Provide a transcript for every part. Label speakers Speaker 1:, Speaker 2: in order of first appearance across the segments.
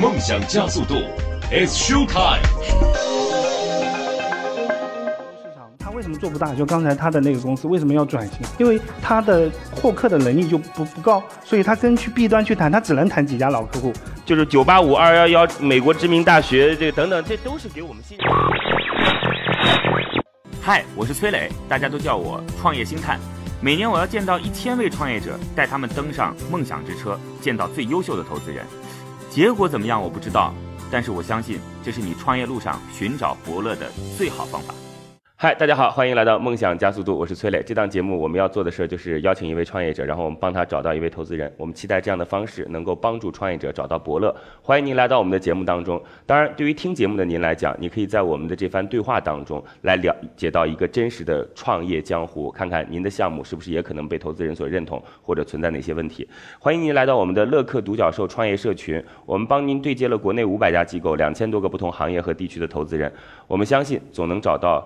Speaker 1: 梦想加速度，It's show time。
Speaker 2: 市场它为什么做不大？就刚才它的那个公司为什么要转型？因为它的获客的能力就不不高，所以它跟去 B 端去谈，它只能谈几家老客户。
Speaker 3: 就是九八五、二幺幺、美国知名大学这个等等，这都是给我们信。
Speaker 4: 嗨，我是崔磊，大家都叫我创业星探。每年我要见到一千位创业者，带他们登上梦想之车，见到最优秀的投资人。结果怎么样我不知道，但是我相信这是你创业路上寻找伯乐的最好方法。
Speaker 3: 嗨，大家好，欢迎来到梦想加速度，我是崔磊。这档节目我们要做的事儿就是邀请一位创业者，然后我们帮他找到一位投资人。我们期待这样的方式能够帮助创业者找到伯乐。欢迎您来到我们的节目当中。当然，对于听节目的您来讲，你可以在我们的这番对话当中来了解到一个真实的创业江湖，看看您的项目是不是也可能被投资人所认同，或者存在哪些问题。欢迎您来到我们的乐客独角兽创业社群，我们帮您对接了国内五百家机构、两千多个不同行业和地区的投资人。我们相信总能找到。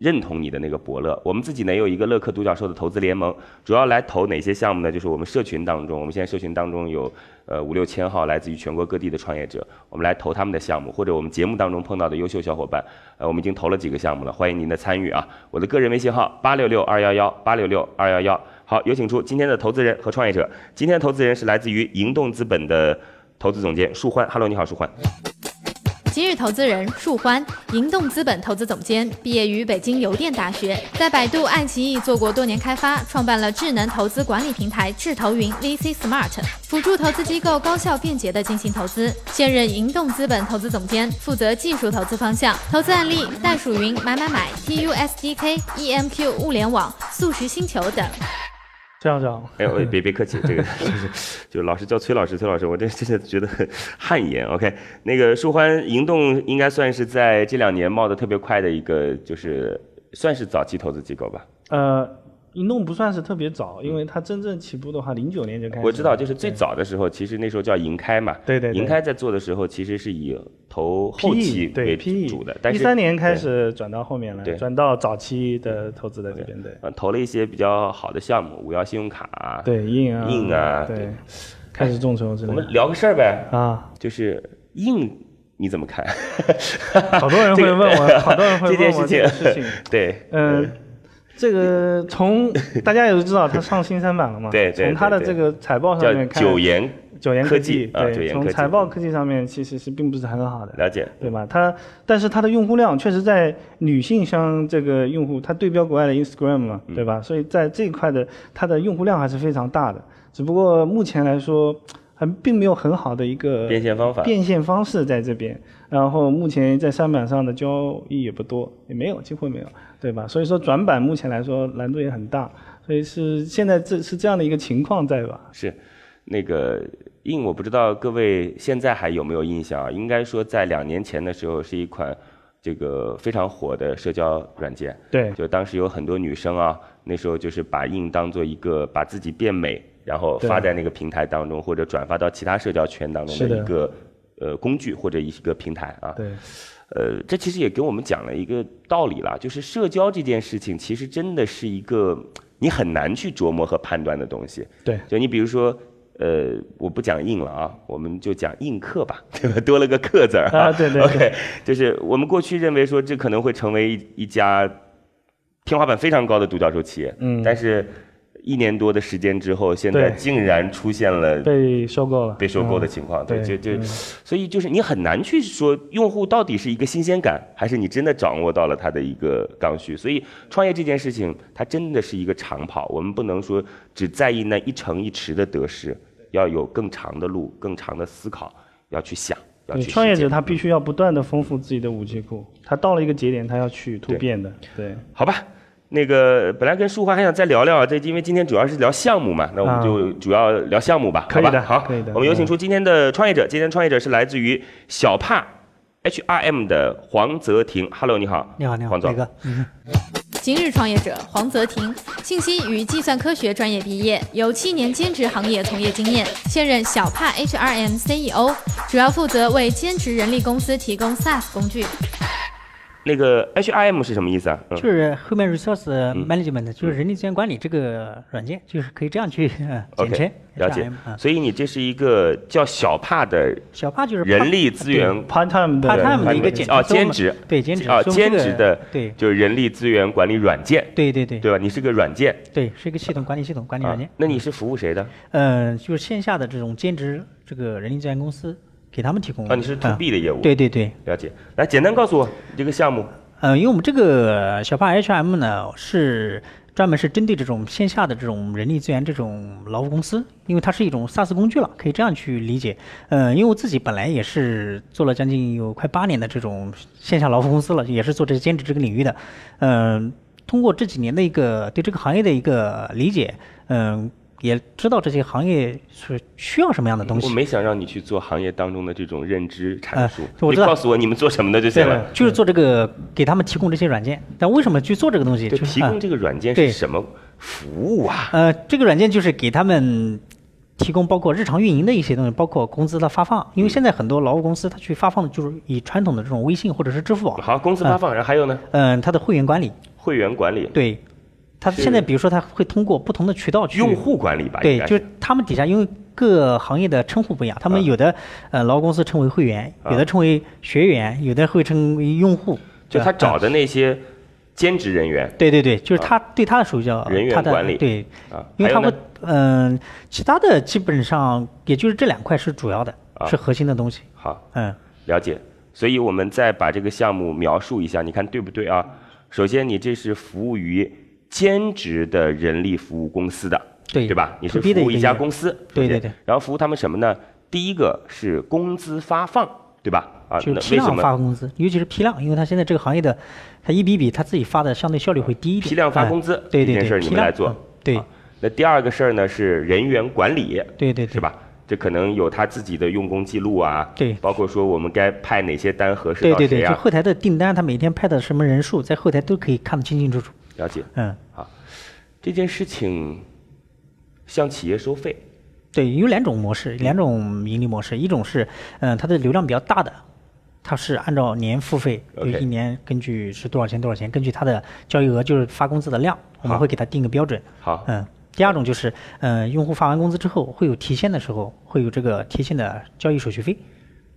Speaker 3: 认同你的那个伯乐。我们自己呢有一个乐客独角兽的投资联盟，主要来投哪些项目呢？就是我们社群当中，我们现在社群当中有呃五六千号来自于全国各地的创业者，我们来投他们的项目，或者我们节目当中碰到的优秀小伙伴，呃，我们已经投了几个项目了，欢迎您的参与啊！我的个人微信号八六六二幺幺八六六二幺幺。好，有请出今天的投资人和创业者。今天的投资人是来自于盈动资本的投资总监舒欢。Hello，你好，舒欢。
Speaker 5: 今日投资人束欢，银动资本投资总监，毕业于北京邮电大学，在百度、爱奇艺做过多年开发，创办了智能投资管理平台智投云 VC Smart，辅助投资机构高效便捷地进行投资。现任银动资本投资总监，负责技术投资方向，投资案例袋鼠云、买买买、TUSDK、EMQ 物联网、速食星球等。
Speaker 2: 这样讲，
Speaker 3: 哎， 我别别客气，这个 就是就是老师叫崔老师，崔老师，我这真的觉得很汗颜。OK，那个舒欢银动应该算是在这两年冒得特别快的一个，就是算是早期投资机构吧。
Speaker 2: 呃，移动不算是特别早，因为它真正起步的话，零九年就开始了。
Speaker 3: 我知道，就是最早的时候，其实那时候叫银开嘛。
Speaker 2: 嗯对对对
Speaker 3: 银开在做的时候，其实是以投后
Speaker 2: PE
Speaker 3: 期为
Speaker 2: 对 PE
Speaker 3: 主的，但
Speaker 2: 一
Speaker 3: 是
Speaker 2: 三年开
Speaker 3: 对
Speaker 2: 始转到后面来
Speaker 3: 对，
Speaker 2: 转到早期的投资的这边，对
Speaker 3: 呃投了一些比较好的项目，五幺信用卡啊。
Speaker 2: 对硬啊
Speaker 3: 硬啊对
Speaker 2: 对，开始众筹之
Speaker 3: 我
Speaker 2: 类
Speaker 3: 们
Speaker 2: 的
Speaker 3: 聊个事儿呗，
Speaker 2: 啊，
Speaker 3: 就是硬你怎么看？
Speaker 2: 好多人会问我，好多人会
Speaker 3: 这
Speaker 2: 问
Speaker 3: 件
Speaker 2: 我
Speaker 3: 事
Speaker 2: 这
Speaker 3: 情
Speaker 2: 个事情。
Speaker 3: 对，
Speaker 2: 呃，这个从大家也都知道，它上新三板了嘛。
Speaker 3: 对对对
Speaker 2: 从它的这个财报上
Speaker 3: 叫
Speaker 2: 面看，
Speaker 3: 九研
Speaker 2: 九研
Speaker 3: 科技
Speaker 2: 技，
Speaker 3: 啊九
Speaker 2: 对，
Speaker 3: 研
Speaker 2: 从
Speaker 3: 科技
Speaker 2: 财报科技上面其实是并不是很好的，
Speaker 3: 了解，
Speaker 2: 对吧？它，但是它的用户量确实在女性向这个用户，它对标国外的 Instagram 嘛，
Speaker 3: 嗯
Speaker 2: 对吧？所以在这一块的它的用户量还是非常大的，只不过目前来说。还并没有很好的一个
Speaker 3: 变现方法
Speaker 2: 变现方式在这边，然后目前在三板上的交易也不多，也没有，几乎没有，对吧？所以说转板目前来说难度也很大，所以是现在这是这样的一个情况在吧？
Speaker 3: 是那个印，我不知道各位现在还有没有印象啊？应该说在两年前的时候，是一款这个非常火的社交软件。
Speaker 2: 对
Speaker 3: 就当时有很多女生啊，那时候就是把印当做一个把自己变美，然后
Speaker 2: 对
Speaker 3: 发在那个平台当中，或者转发到其他社交圈当中
Speaker 2: 是
Speaker 3: 的
Speaker 2: 的
Speaker 3: 一个呃工具或者一个平台啊。
Speaker 2: 对，
Speaker 3: 呃，这其实也给我们讲了一个道理啦，就是社交这件事情，其实真的是一个你很难去琢磨和判断的东西。
Speaker 2: 对
Speaker 3: 就你比如说，呃，我不讲硬了啊，我们就讲硬客吧，对吧？多了个客字儿
Speaker 2: 啊对对
Speaker 3: OK，就是我们过去认为说这可能会成为一一家天花板非常高的独角兽企业，
Speaker 2: 嗯
Speaker 3: 但是一年多的时间之后，现在
Speaker 2: 对
Speaker 3: 竟然出现了
Speaker 2: 被收购了，
Speaker 3: 被收购的
Speaker 2: 嗯
Speaker 3: 情况，
Speaker 2: 对
Speaker 3: 就就，
Speaker 2: 嗯
Speaker 3: 所以就是你很难去说用户到底是一个新鲜感，还是你真的掌握到了他的一个刚需。所以创业这件事情，它真的是一个长跑，我们不能说只在意那一城一池的得失，要有更长的路、更长的思考，要去想，要
Speaker 2: 对，
Speaker 3: 去
Speaker 2: 创业
Speaker 3: 实践
Speaker 2: 者他必须要不断的丰富自己的武器库，他到了一个节点，他要去突
Speaker 3: 对
Speaker 2: 变的。对，
Speaker 3: 好吧，那个本来跟舒华还想再聊聊啊，这因为今天主要是聊项目嘛，那我们
Speaker 2: 啊
Speaker 3: 就主要聊项目吧，
Speaker 2: 可以
Speaker 3: 好吧
Speaker 2: 的
Speaker 3: 好，
Speaker 2: 可以的
Speaker 3: 我们有
Speaker 6: 嗯
Speaker 3: 请出今天的创业者，今天创业者是来自于小帕 HRM 的黄泽廷。Hello，你好，
Speaker 6: 你好，你好，
Speaker 3: 黄总
Speaker 6: 磊，哥，
Speaker 5: 今日创业者黄泽廷，信息与计算科学专业毕业，有七年兼职行业从业经验，现任小帕 E HRM CEO，主要负责为兼职人力公司提供 SaaS 工具。
Speaker 3: 那个 HRM 是什么意思啊？嗯
Speaker 6: 就是后面 resource management，、就是人力资源管理这个软件，就是可以这样去、呃、简
Speaker 3: OK，
Speaker 6: 称。
Speaker 3: 了解
Speaker 6: SRM。啊，
Speaker 3: 所以你这是一个叫小帕的
Speaker 6: 小帕就是
Speaker 3: 人力资源
Speaker 2: part time 的
Speaker 6: part time 的一
Speaker 3: part-time
Speaker 6: 个简称
Speaker 3: 哦兼职
Speaker 6: 对兼职
Speaker 3: 啊，
Speaker 6: 所以我
Speaker 3: 兼
Speaker 6: 们这个
Speaker 3: 职的
Speaker 6: 对
Speaker 3: 就是人力资源管理软件，
Speaker 6: 对对对
Speaker 3: 对吧？你是个软件
Speaker 6: 对，是一个系统管理系统管理
Speaker 3: 啊
Speaker 6: 软件。，
Speaker 3: 那你是服务谁的？
Speaker 6: 呃，就是线下的这种兼职这个人力资源公司给他们提供嗯
Speaker 3: 啊，你是 to B 的业务，
Speaker 6: 对，对对，
Speaker 3: 了解。来，简单告诉我你这个项目，
Speaker 6: 呃，因为我们这个小帕 HM 呢是专门是针对这种线下的这种人力资源这种劳务公司，因为它是一种 SaaS 工具了，可以这样去理解。呃，因为我自己本来也是做了将近有快八年的这种线下劳务公司了，也是做这兼职这个领域的。嗯、通过这几年的一个对这个行业的一个理解，嗯、也知道这些行业是需要什么样的东西
Speaker 3: 我。没想让你去做行业当中的这种认知阐
Speaker 6: 呃
Speaker 3: 述，
Speaker 6: 我
Speaker 3: 你
Speaker 6: 知道
Speaker 3: 告诉我你们做什么的就行了。
Speaker 6: 就是做这个，给他们提供这些软件。但为什么去做这个东西？
Speaker 3: 就
Speaker 6: 就是
Speaker 3: 提
Speaker 6: 啊
Speaker 3: 供这个软件
Speaker 6: 对
Speaker 3: 是什么服务啊？
Speaker 6: 呃，这个软件就是给他们提供包括日常运营的一些东西，包括工资的发放。因为现在很多劳务公司它去发放的就是以传统的这种微信或者是支付宝，
Speaker 3: 好，公司发放，然后还有呢，
Speaker 6: 嗯、它的会员管理，
Speaker 3: 会员管理、
Speaker 6: 对，它现在比如说它会通过不同的渠道去
Speaker 3: 用户管理吧，
Speaker 6: 对
Speaker 3: 应，该
Speaker 6: 就是他们底下因为各行业的称呼不一样，他
Speaker 3: 啊
Speaker 6: 们有的呃劳务公司称为会员，有的称为学员，有的会称为用户。
Speaker 3: 就他
Speaker 6: 对吧
Speaker 3: 找的那些兼职人员
Speaker 6: 对对对，就是他对他的属于叫
Speaker 3: 啊人员
Speaker 6: 他的
Speaker 3: 管理
Speaker 6: 对，
Speaker 3: 啊，
Speaker 6: 因
Speaker 3: 还有
Speaker 6: 为它会
Speaker 3: 呢，
Speaker 6: 嗯、其他的基本上也就是这两块是主要的，
Speaker 3: 啊
Speaker 6: 是核心的东西。
Speaker 3: 好，
Speaker 6: 嗯，
Speaker 3: 了解。所以我们再把这个项目描述一下，你看对不对啊？首先，你这是服务于兼职的人力服务公司的，
Speaker 6: 对
Speaker 3: 对吧？你是
Speaker 6: to B 的
Speaker 3: 服务
Speaker 6: 一个
Speaker 3: 一家
Speaker 6: 业务
Speaker 3: 公司，
Speaker 6: 对
Speaker 3: 首先
Speaker 6: 对对。
Speaker 3: 然后服务他们什么呢？第一个是工资发放，对吧？啊，
Speaker 6: 就
Speaker 3: 那
Speaker 6: 是批
Speaker 3: 为什
Speaker 6: 量发
Speaker 3: 么
Speaker 6: 工资，尤其是批量，因为他现在这个行业的，他一笔一笔他自己发的相对效率会低一点。
Speaker 3: 批量发
Speaker 6: 哎
Speaker 3: 工资
Speaker 6: 对对
Speaker 3: 这件
Speaker 6: 对，
Speaker 3: 事儿你
Speaker 6: 批
Speaker 3: 们
Speaker 6: 量
Speaker 3: 来做
Speaker 6: 嗯对
Speaker 3: 啊那第二个事儿呢是人员管理，
Speaker 6: 对对
Speaker 3: 是
Speaker 6: 对，
Speaker 3: 吧？这可能有他自己的用工记录啊，
Speaker 6: 对
Speaker 3: 包括说我们该派哪些单合适
Speaker 6: 对
Speaker 3: 到
Speaker 6: 对
Speaker 3: 谁
Speaker 6: 对，就
Speaker 3: 啊，
Speaker 6: 后台的订单，他每天派的什么人数，在后台都可以看得清清楚楚。
Speaker 3: 了解
Speaker 6: 嗯，
Speaker 3: 啊。这件事情向企业收费，
Speaker 6: 对，有两种模式，两种盈利模式，一种是，嗯、它的流量比较大的，它是按照年付费，就
Speaker 3: OK
Speaker 6: 一年根据是多少钱多少钱，根据它的交易额就是发工资的量，我们
Speaker 3: 好
Speaker 6: 会给它定个标准。
Speaker 3: 好，
Speaker 6: 嗯，第二种就是，嗯，用户发完工资之后会有提现的时候，会有这个提现的交易手续费，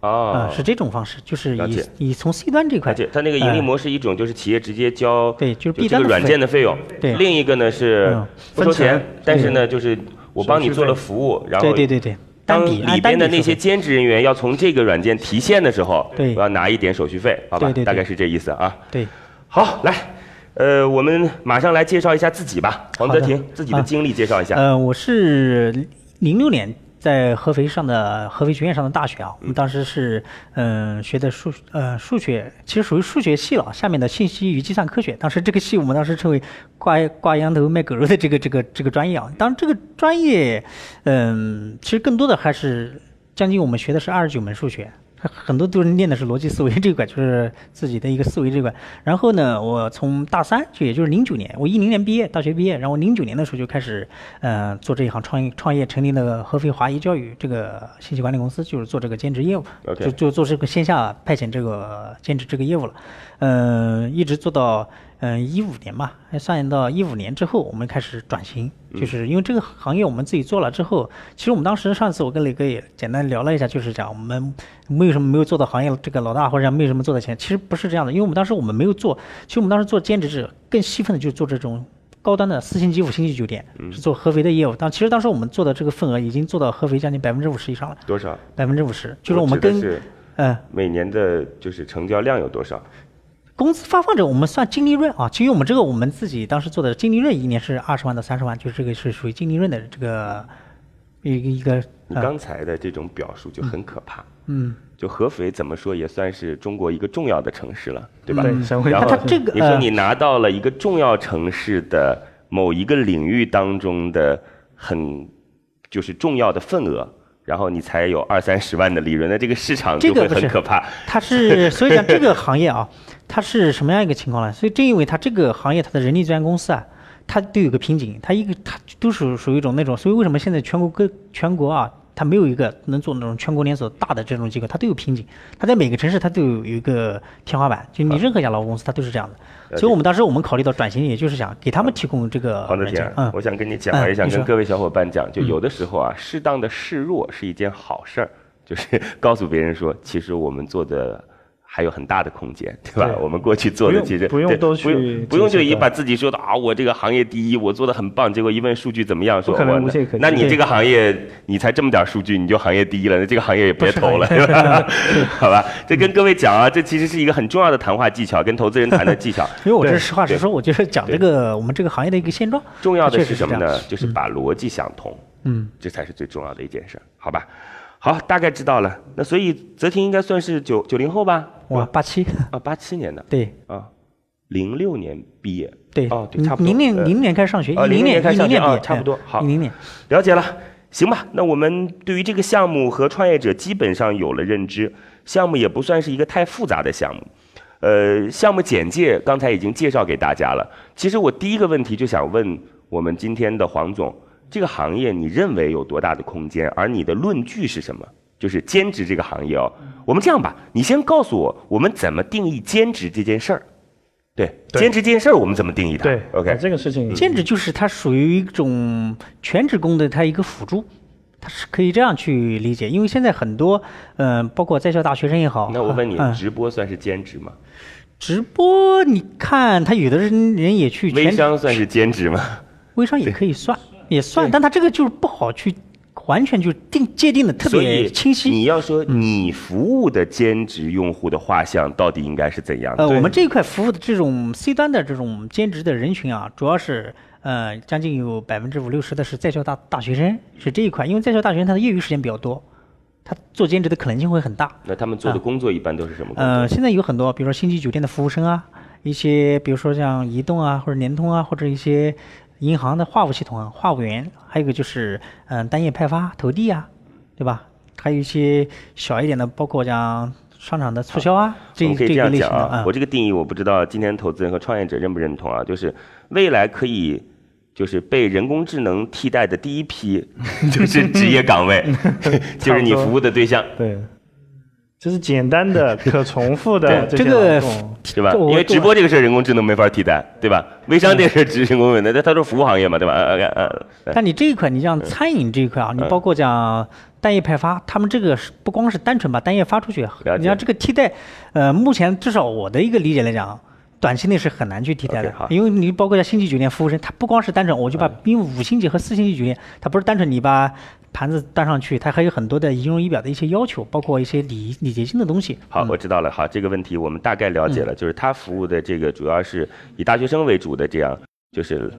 Speaker 3: 哦
Speaker 6: 嗯，，是这种方式，就是
Speaker 3: 了
Speaker 6: 以
Speaker 3: 解
Speaker 6: 以从 C 端这块，
Speaker 3: 而且它那个盈利
Speaker 6: 嗯
Speaker 3: 模式一种就是企业直接交
Speaker 6: 对就
Speaker 3: 这
Speaker 6: 是 B
Speaker 3: 个
Speaker 6: 端的
Speaker 3: 软件的费用，
Speaker 6: 对
Speaker 3: 另一个呢是
Speaker 6: 嗯
Speaker 3: 不收钱
Speaker 2: 分成，
Speaker 3: 但是呢就是我帮你
Speaker 2: 手续
Speaker 3: 做
Speaker 2: 费
Speaker 3: 了服务，然后
Speaker 6: 对对对对，单
Speaker 3: 当
Speaker 6: 笔按
Speaker 3: 里
Speaker 6: 单
Speaker 3: 边的
Speaker 6: 笔
Speaker 3: 那
Speaker 6: 收
Speaker 3: 些
Speaker 6: 费
Speaker 3: 兼职人员要从这个软件提现的时候，
Speaker 6: 对
Speaker 3: 我要拿一点手续费，好吧
Speaker 6: 对对，对
Speaker 3: 大概是这意思啊。
Speaker 6: 对。
Speaker 3: 好，来，呃，我们马上来介绍一下自己吧，黄泽
Speaker 6: 好
Speaker 3: 廷
Speaker 6: 的
Speaker 3: 自己的
Speaker 6: 啊
Speaker 3: 经历介绍一下。
Speaker 6: 呃，我是零六年在合肥上的合肥学院上的大学啊，我们当时是嗯、呃学的数呃数学，其实属于数学系了，下面的信息与计算科学。当时这个系我们当时称为挂挂羊头卖狗肉的这个这个这个专业啊。当然这个专业，嗯、其实更多的还是将近我们学的是二十九门数学，很多都是练的是逻辑思维这一块，就是自己的一个思维这一块。然后呢，我从大三就也就是零九年，我一零年毕业，大学毕业，然后零九年的时候就开始，呃，做这一行创业，创业成立了合肥华谊教育这个信息管理公司，就是做这个兼职业务
Speaker 3: OK
Speaker 6: 就就做这个线下派遣这个呃兼职这个业务了。嗯、一直做到嗯一五年吧，还算到一五年之后，我们开始转型，就是因为这个行业我们自己做了之后，其实我们当时上次我跟磊哥也简单聊了一下，就是讲我们没有什么没有做到行业这个老大或者没有什么做的钱，其实不是这样的，因为我们当时我们没有做，其实我们当时做兼职制更细分的就是做这种。高端的四星级、五星级酒店是做合肥的业务，当其实当时我们做的这个份额已经做到合肥将近百分之五十以上了，
Speaker 3: 多少？
Speaker 6: 百分之五十，就是我
Speaker 3: 指
Speaker 6: 们
Speaker 3: 的
Speaker 6: 跟，
Speaker 3: 是
Speaker 6: 嗯、
Speaker 3: 每年的就是成交量有多少？
Speaker 6: 啊工资发放者，我们算净利润啊。其实我们这个我们自己当时做的净利润一年是二十万到三十万，就是这个是属于净利润的这个一个一个
Speaker 3: 你
Speaker 6: 呃
Speaker 3: 刚才的这种表述就很可怕。
Speaker 6: 嗯，
Speaker 3: 就合肥怎么说也算是中国一个重要的城市了，对吧？
Speaker 2: 对省会
Speaker 3: 然后
Speaker 6: 那它嗯这个
Speaker 3: 你说
Speaker 6: 呃
Speaker 3: 你拿到了一个重要城市的某一个领域当中的很就是重要的份额，然后你才有二三十万的利润，那这个市场就
Speaker 6: 这
Speaker 3: 会
Speaker 6: 个不
Speaker 3: 很
Speaker 6: 是
Speaker 3: 可怕。
Speaker 6: 它是所以讲这个行业啊，它是什么样一个情况呢？所以正因为它这个行业它的人力资源公司啊，它都有个瓶颈，它一个它都是属于一种那种，所以为什么现在全国各全国啊它没有一个能做那种全国连锁大的这种机构，它都有瓶颈。它在每个城市它都有有一个天花板，就你任何一家老公司它都是这
Speaker 3: 啊
Speaker 6: 样的。所以我们当时我们考虑到转型，也就是想给他们提供这个
Speaker 3: 黄德
Speaker 6: 软件
Speaker 3: 田，
Speaker 6: 嗯，
Speaker 3: 我想跟你讲，也想
Speaker 6: 你
Speaker 3: 跟
Speaker 6: 说
Speaker 3: 各位小伙伴讲，
Speaker 2: 嗯
Speaker 3: 就有的时候啊，适当的示弱是一件好事儿，就是 告诉别人说，其实我们做的。还有很大的空间，对吧？
Speaker 2: 对
Speaker 3: 我们过去做的其实
Speaker 2: 不用不用
Speaker 3: 对
Speaker 2: 都
Speaker 3: 不用
Speaker 2: 去
Speaker 3: 不用就
Speaker 2: 接受
Speaker 3: 一
Speaker 2: 它
Speaker 3: 把自己说的啊，我这个行业第一，我做的很棒。结果一问数据怎么样，说
Speaker 2: 不可能
Speaker 3: 哇
Speaker 2: 无懈可击
Speaker 3: 那你
Speaker 2: 对
Speaker 3: 这个行业你才这么点儿数据，你就行业第一了，那这个行业也别投 了，对吧？ 好吧，这跟各位讲啊，这其实是一个很重要的谈话技巧，跟投资人谈的技巧。
Speaker 6: 因为我这
Speaker 2: 对
Speaker 6: 是实话实说，我就是讲这个我们这个行业的一个现状。
Speaker 3: 重要的
Speaker 6: 确
Speaker 3: 是
Speaker 6: 实
Speaker 3: 什么
Speaker 6: 这样
Speaker 3: 呢？？就是把逻辑想通，
Speaker 6: 嗯，
Speaker 3: 这才是最重要的一件事儿，好吧？好，大概知道了。那所以泽廷应该算是九九零后吧？
Speaker 6: 哇，八七，
Speaker 3: 啊，八七年的
Speaker 6: 对
Speaker 3: 啊，零六年毕业。
Speaker 6: 对，
Speaker 3: 哦，对，差不多。
Speaker 6: 零
Speaker 3: 呃
Speaker 6: 零零年开始上学，
Speaker 3: 哦
Speaker 6: 一零
Speaker 3: 00开始上
Speaker 6: 一零
Speaker 3: 学
Speaker 6: 年毕
Speaker 3: 啊
Speaker 6: 业，
Speaker 3: 差不多好
Speaker 6: 一零年。
Speaker 3: 了解了，行吧。那我们对于这个项目和创业者基本上有了认知，项目也不算是一个太复杂的项目。呃，项目简介刚才已经介绍给大家了。其实我第一个问题就想问我们今天的黄总，这个行业你认为有多大的空间？而你的论据是什么？就是兼职这个行业哦。我们这样吧，你先告诉我，我们怎么定义兼职这件事儿？对，
Speaker 2: 对
Speaker 3: 兼职这件事儿我们怎么定义它？
Speaker 2: 对
Speaker 3: ，OK，
Speaker 2: 啊这个事
Speaker 3: 嗯
Speaker 2: 情
Speaker 6: 兼职就是它属于一种全职工的它一个辅助，它是可以这样去理解。因为现在很多，嗯、包括在校大学生也好，
Speaker 3: 那我问你，
Speaker 6: 嗯、
Speaker 3: 直播算是兼职吗？
Speaker 6: 直播你看，他有的人人也去
Speaker 3: 微
Speaker 6: 全
Speaker 3: 商算是兼职吗？
Speaker 6: 微商也可以算，也算，但他这个就是不好去完全就定界定的特
Speaker 3: 所
Speaker 6: 别
Speaker 3: 以
Speaker 6: 清
Speaker 3: 你
Speaker 6: 晰。嗯
Speaker 3: 要说你服务的兼职用户的画像到底应该是怎样的？
Speaker 6: 呃，我们这一块服务的这种 C 端的这种兼职的人群啊，主要是呃将近有百分之五六十的是在校大大学生，是这一块，因为在校大学生他的业余时间比较多，他做兼职的可能性会很大。
Speaker 3: 那他们做的工作一般都是什么工
Speaker 6: 嗯呃，
Speaker 3: 作？
Speaker 6: 现在有很多，比如说星级酒店的服务生啊，一些比如说像移动啊，或者联通啊，或者一些银行的话务系统啊、话务员，还有一个就是嗯、单页派发、投递啊，对吧？还有一些小一点的，包括像商场的促销啊，这
Speaker 3: 我
Speaker 6: 一
Speaker 3: 们可以
Speaker 6: 这一个
Speaker 3: 样
Speaker 6: 类型
Speaker 3: 讲
Speaker 6: 的
Speaker 3: 啊
Speaker 6: 啊，，
Speaker 3: 我这个定义我不知道今天投资人和创业者认不认同啊，就是未来可以。就是被人工智能替代的第一 批，就是职业岗
Speaker 6: 嗯
Speaker 3: 位，就是你服务的对象，
Speaker 2: 对，就是简单的、 可重复的
Speaker 6: 这个
Speaker 2: 些劳动
Speaker 3: 对吧？
Speaker 6: 这我嗯
Speaker 3: 因为直播这个事儿，人工智能没法替代，对吧？微商这个事儿，只是人工智能，那他说服务行业嘛，对吧？嗯呃呃呃呃
Speaker 6: 但你这一块，你像餐饮这一块啊，你包括讲单页派发，他们这个是不光是单纯把单页发出去
Speaker 3: 解，
Speaker 6: 你像这个替代，呃，目前至少我的一个理解来讲。短期内是很难去替代的
Speaker 3: OK，好嗯
Speaker 6: 因为你包括像星级酒店服务生，他不光是单纯，我就把，因为五星级和四星级酒店，它不是单纯你把盘子端上去，它还有很多的仪容仪表的一些要求，包括一些礼礼节性的东西。
Speaker 3: 好，我知道了。好，这个问题我们大概了
Speaker 6: 嗯
Speaker 3: 解了，就是他服务的这个主要是以大学生为主的，这样就是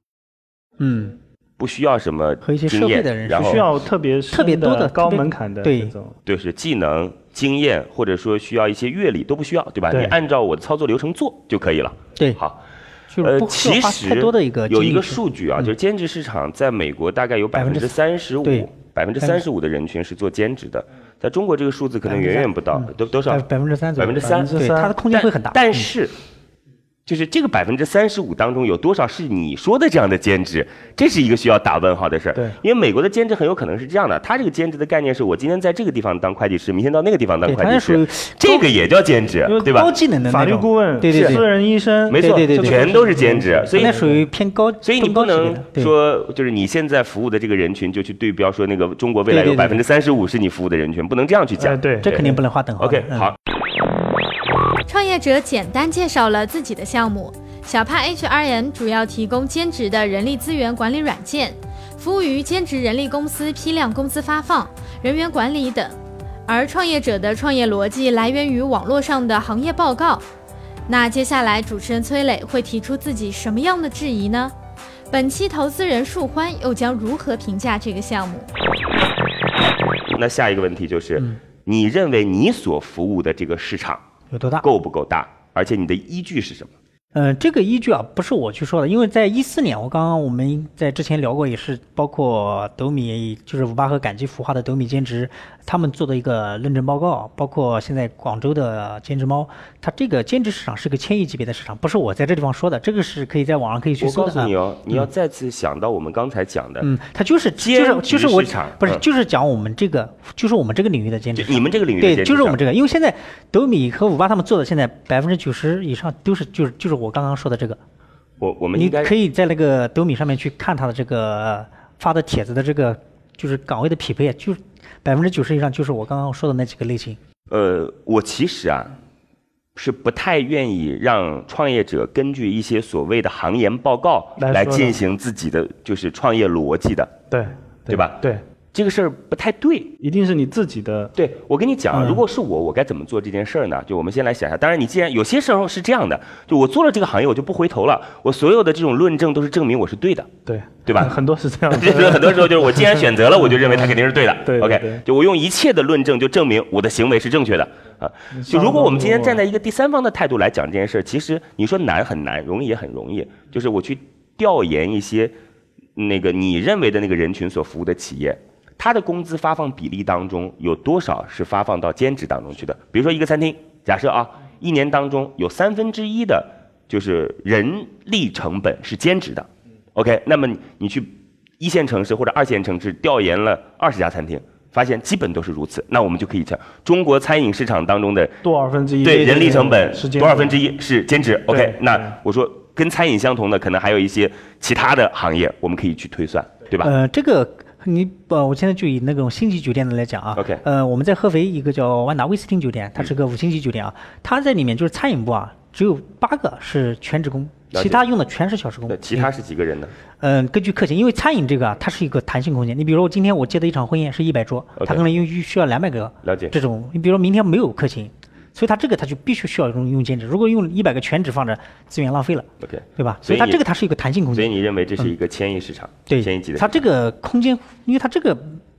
Speaker 6: 嗯，
Speaker 3: 不需要什么
Speaker 6: 和一些社
Speaker 3: 经
Speaker 6: 会
Speaker 3: 验，
Speaker 6: 的人士
Speaker 3: 然
Speaker 2: 不
Speaker 3: 后
Speaker 2: 需要特别深
Speaker 6: 特别多的
Speaker 2: 的、高
Speaker 6: 特别
Speaker 2: 门槛的
Speaker 6: 对
Speaker 2: 这种。
Speaker 3: 就是技能、经验，或者说需要一些阅历都不需要，对吧？
Speaker 2: 对
Speaker 3: 你按照我的操作流程做就可以了。
Speaker 6: 对，
Speaker 3: 好，
Speaker 6: 就是不需
Speaker 3: 呃其
Speaker 6: 要花
Speaker 3: 实
Speaker 6: 太多的一个
Speaker 3: 有一
Speaker 6: 精
Speaker 3: 个
Speaker 6: 力去
Speaker 3: 数据啊，就是兼职市场在美国大概有百分之三十五
Speaker 6: 对，嗯
Speaker 3: 百分之三十五的人群是做兼职的，在中国这个数字可能远远不到，多多少
Speaker 6: 百？百分之三左右，
Speaker 3: 百分之三
Speaker 6: 对，它的空间
Speaker 3: 但
Speaker 6: 会很大。
Speaker 3: 但
Speaker 6: 嗯
Speaker 3: 是，就是这个百分之三十五当中有多少是你说的这样的兼职？这是一个需要打问号的事儿。
Speaker 2: 对
Speaker 3: 因为美国的兼职很有可能是这样的，他这个兼职的概念是我今天在这个地方当会计师，明天到那个地方当
Speaker 6: 对，
Speaker 3: 会
Speaker 6: 它
Speaker 3: 计
Speaker 6: 是属于
Speaker 3: 师，这个也叫兼职
Speaker 2: 因，为
Speaker 3: 对吧
Speaker 6: 高？技能的那
Speaker 2: 法律
Speaker 6: 种
Speaker 2: 顾问、
Speaker 6: 对对
Speaker 2: 私
Speaker 6: 对，
Speaker 2: 人医生，
Speaker 3: 没错，
Speaker 6: 对对对对
Speaker 3: 全都是兼职，所以
Speaker 6: 那属于偏高，
Speaker 3: 所以你
Speaker 6: 中
Speaker 3: 不
Speaker 6: 高级别
Speaker 3: 能
Speaker 6: 的对
Speaker 3: 说，就是你现在服务的这个人群，就去对标说那个中国未来有
Speaker 6: 对
Speaker 3: 百
Speaker 6: 对
Speaker 3: 分
Speaker 6: 对
Speaker 3: 之三十五是你服务的人群，不能这样去
Speaker 2: 哎，
Speaker 3: 讲。
Speaker 2: 对，
Speaker 6: 这肯定不能画等号的。
Speaker 3: OK，
Speaker 6: 嗯
Speaker 3: 好，，
Speaker 5: 创业者简单介绍了自己的项目。小帕 HRM 主要提供兼职的人力资源管理软件，服务于兼职人力公司批量工资发放、人员管理等。而创业者的创业逻辑来源于网络上的行业报告。那接下来主持人崔磊会提出自己什么样的质疑呢？本期投资人树欢又将如何评价这个项目？
Speaker 3: 那下一个问题就是，
Speaker 6: 嗯
Speaker 3: 你认为你所服务的这个市场
Speaker 6: 有多大？
Speaker 3: 够不够大，而且你的依据是什么？
Speaker 6: 呃，这个依据啊，不是我去说的，因为在一四年，我刚刚我们在之前聊过，也是包括斗米，就是五八和赶集孵化的斗米兼职，他们做的一个论证报告，包括现在广州的兼职猫，它这个兼职市场是个千亿级别的市场，不是我在这地方说的，这个是可以在网上可以去
Speaker 3: 我
Speaker 6: 搜
Speaker 3: 告
Speaker 6: 的
Speaker 3: 诉
Speaker 6: 啊。
Speaker 3: 你哦，你要再次想到我们刚才讲的，
Speaker 6: 嗯，它就是就
Speaker 3: 兼
Speaker 6: 是就是
Speaker 3: 职
Speaker 6: 我
Speaker 3: 市场
Speaker 6: 不是
Speaker 3: 嗯
Speaker 6: 就是讲我们这个就是我们这个领域的兼职
Speaker 3: 就
Speaker 6: 市场。
Speaker 3: 你们这个领域的兼
Speaker 6: 对，
Speaker 3: 职
Speaker 6: 就是我们
Speaker 3: 上
Speaker 6: 这个，因为现在斗米和五八他们做的，现在百分之九十以上都是就是就是我刚刚说的这个，
Speaker 3: 我我们
Speaker 6: 你
Speaker 3: 应该
Speaker 6: 可以在那个斗米上面去看他的这个发的帖子的这个就是岗位的匹配，就是百分之九十以上就是我刚刚说的那几个类型。
Speaker 3: 呃，我其实啊是不太愿意让创业者根据一些所谓的行研报告
Speaker 2: 来
Speaker 3: 来
Speaker 2: 说的
Speaker 3: 进行自己的就是创业逻辑的，
Speaker 2: 对
Speaker 3: 对吧？
Speaker 2: 对，
Speaker 3: 这个事儿不太对。
Speaker 2: 一定是你自己的
Speaker 3: 对我跟你讲
Speaker 2: 嗯
Speaker 3: 啊，如果是我，我该怎么做这件事儿呢？就我们先来想一下。当然，你既然有些时候是这样的，就我做了这个行业，我就不回头了。我所有的这种论证都是证明我是对的，
Speaker 2: 对
Speaker 3: 对吧
Speaker 2: 很很多是这样的，
Speaker 3: 就是很多时候就是我既然选择了，我就认为它肯定是对的。
Speaker 2: 对对
Speaker 3: o k
Speaker 2: 对
Speaker 3: 就我用一切的论证就证明我的行为是正确的啊。就如果我们今天站在一个第三方的态度来讲这件事儿，其实你说难很难，容易也很容易。就是我去调研一些那个你认为的那个人群所服务的企业。它的工资发放比例当中有多少是发放到兼职当中去的？比如说一个餐厅，假设啊，一年当中有三分之一的，就是人力成本是兼职的。OK，那么你你去一线城市或者二线城市调研了二十家餐厅，发现基本都是如此。那我们就可以讲，中国餐饮市场当中的
Speaker 2: 多少分之一
Speaker 3: 对人力成本
Speaker 2: 是
Speaker 3: 多少分之一是兼职？OK，
Speaker 2: 对
Speaker 3: 那
Speaker 2: 对
Speaker 3: 我说跟餐饮相同的，可能还有一些其他的行业，我们可以去推算，对吧？
Speaker 6: 呃，这个你呃，我现在就以那种星级酒店的来讲啊
Speaker 3: OK 嗯
Speaker 6: 呃，我们在合肥一个叫万达威斯汀酒店，它是个五星级酒店啊，它在里面就是餐饮部啊，只有八个是全职工，
Speaker 3: 了解
Speaker 6: 其他用的全是小时工
Speaker 3: 那。其他是几个人呢？
Speaker 6: 嗯，根据客情，因为餐饮这个啊，它是一个弹性空间。你比如说，今天我接的一场婚宴是一百桌，
Speaker 3: OK
Speaker 6: 它可能用需要两百个，
Speaker 3: 了解
Speaker 6: 这种。你比如说明天没有客情，所以它这个它就必须需要用用兼职。如果用一百个全职放着，资源浪费了
Speaker 3: OK
Speaker 6: 对吧？
Speaker 3: 所
Speaker 6: 所
Speaker 3: 以
Speaker 6: 以它
Speaker 3: 你
Speaker 6: 这个它是一个弹性空
Speaker 3: 所以
Speaker 6: 间，
Speaker 3: 你认为这是一个千亿市场，
Speaker 6: 嗯对
Speaker 3: 千亿级的市场？
Speaker 6: 它这个空间，因为它这个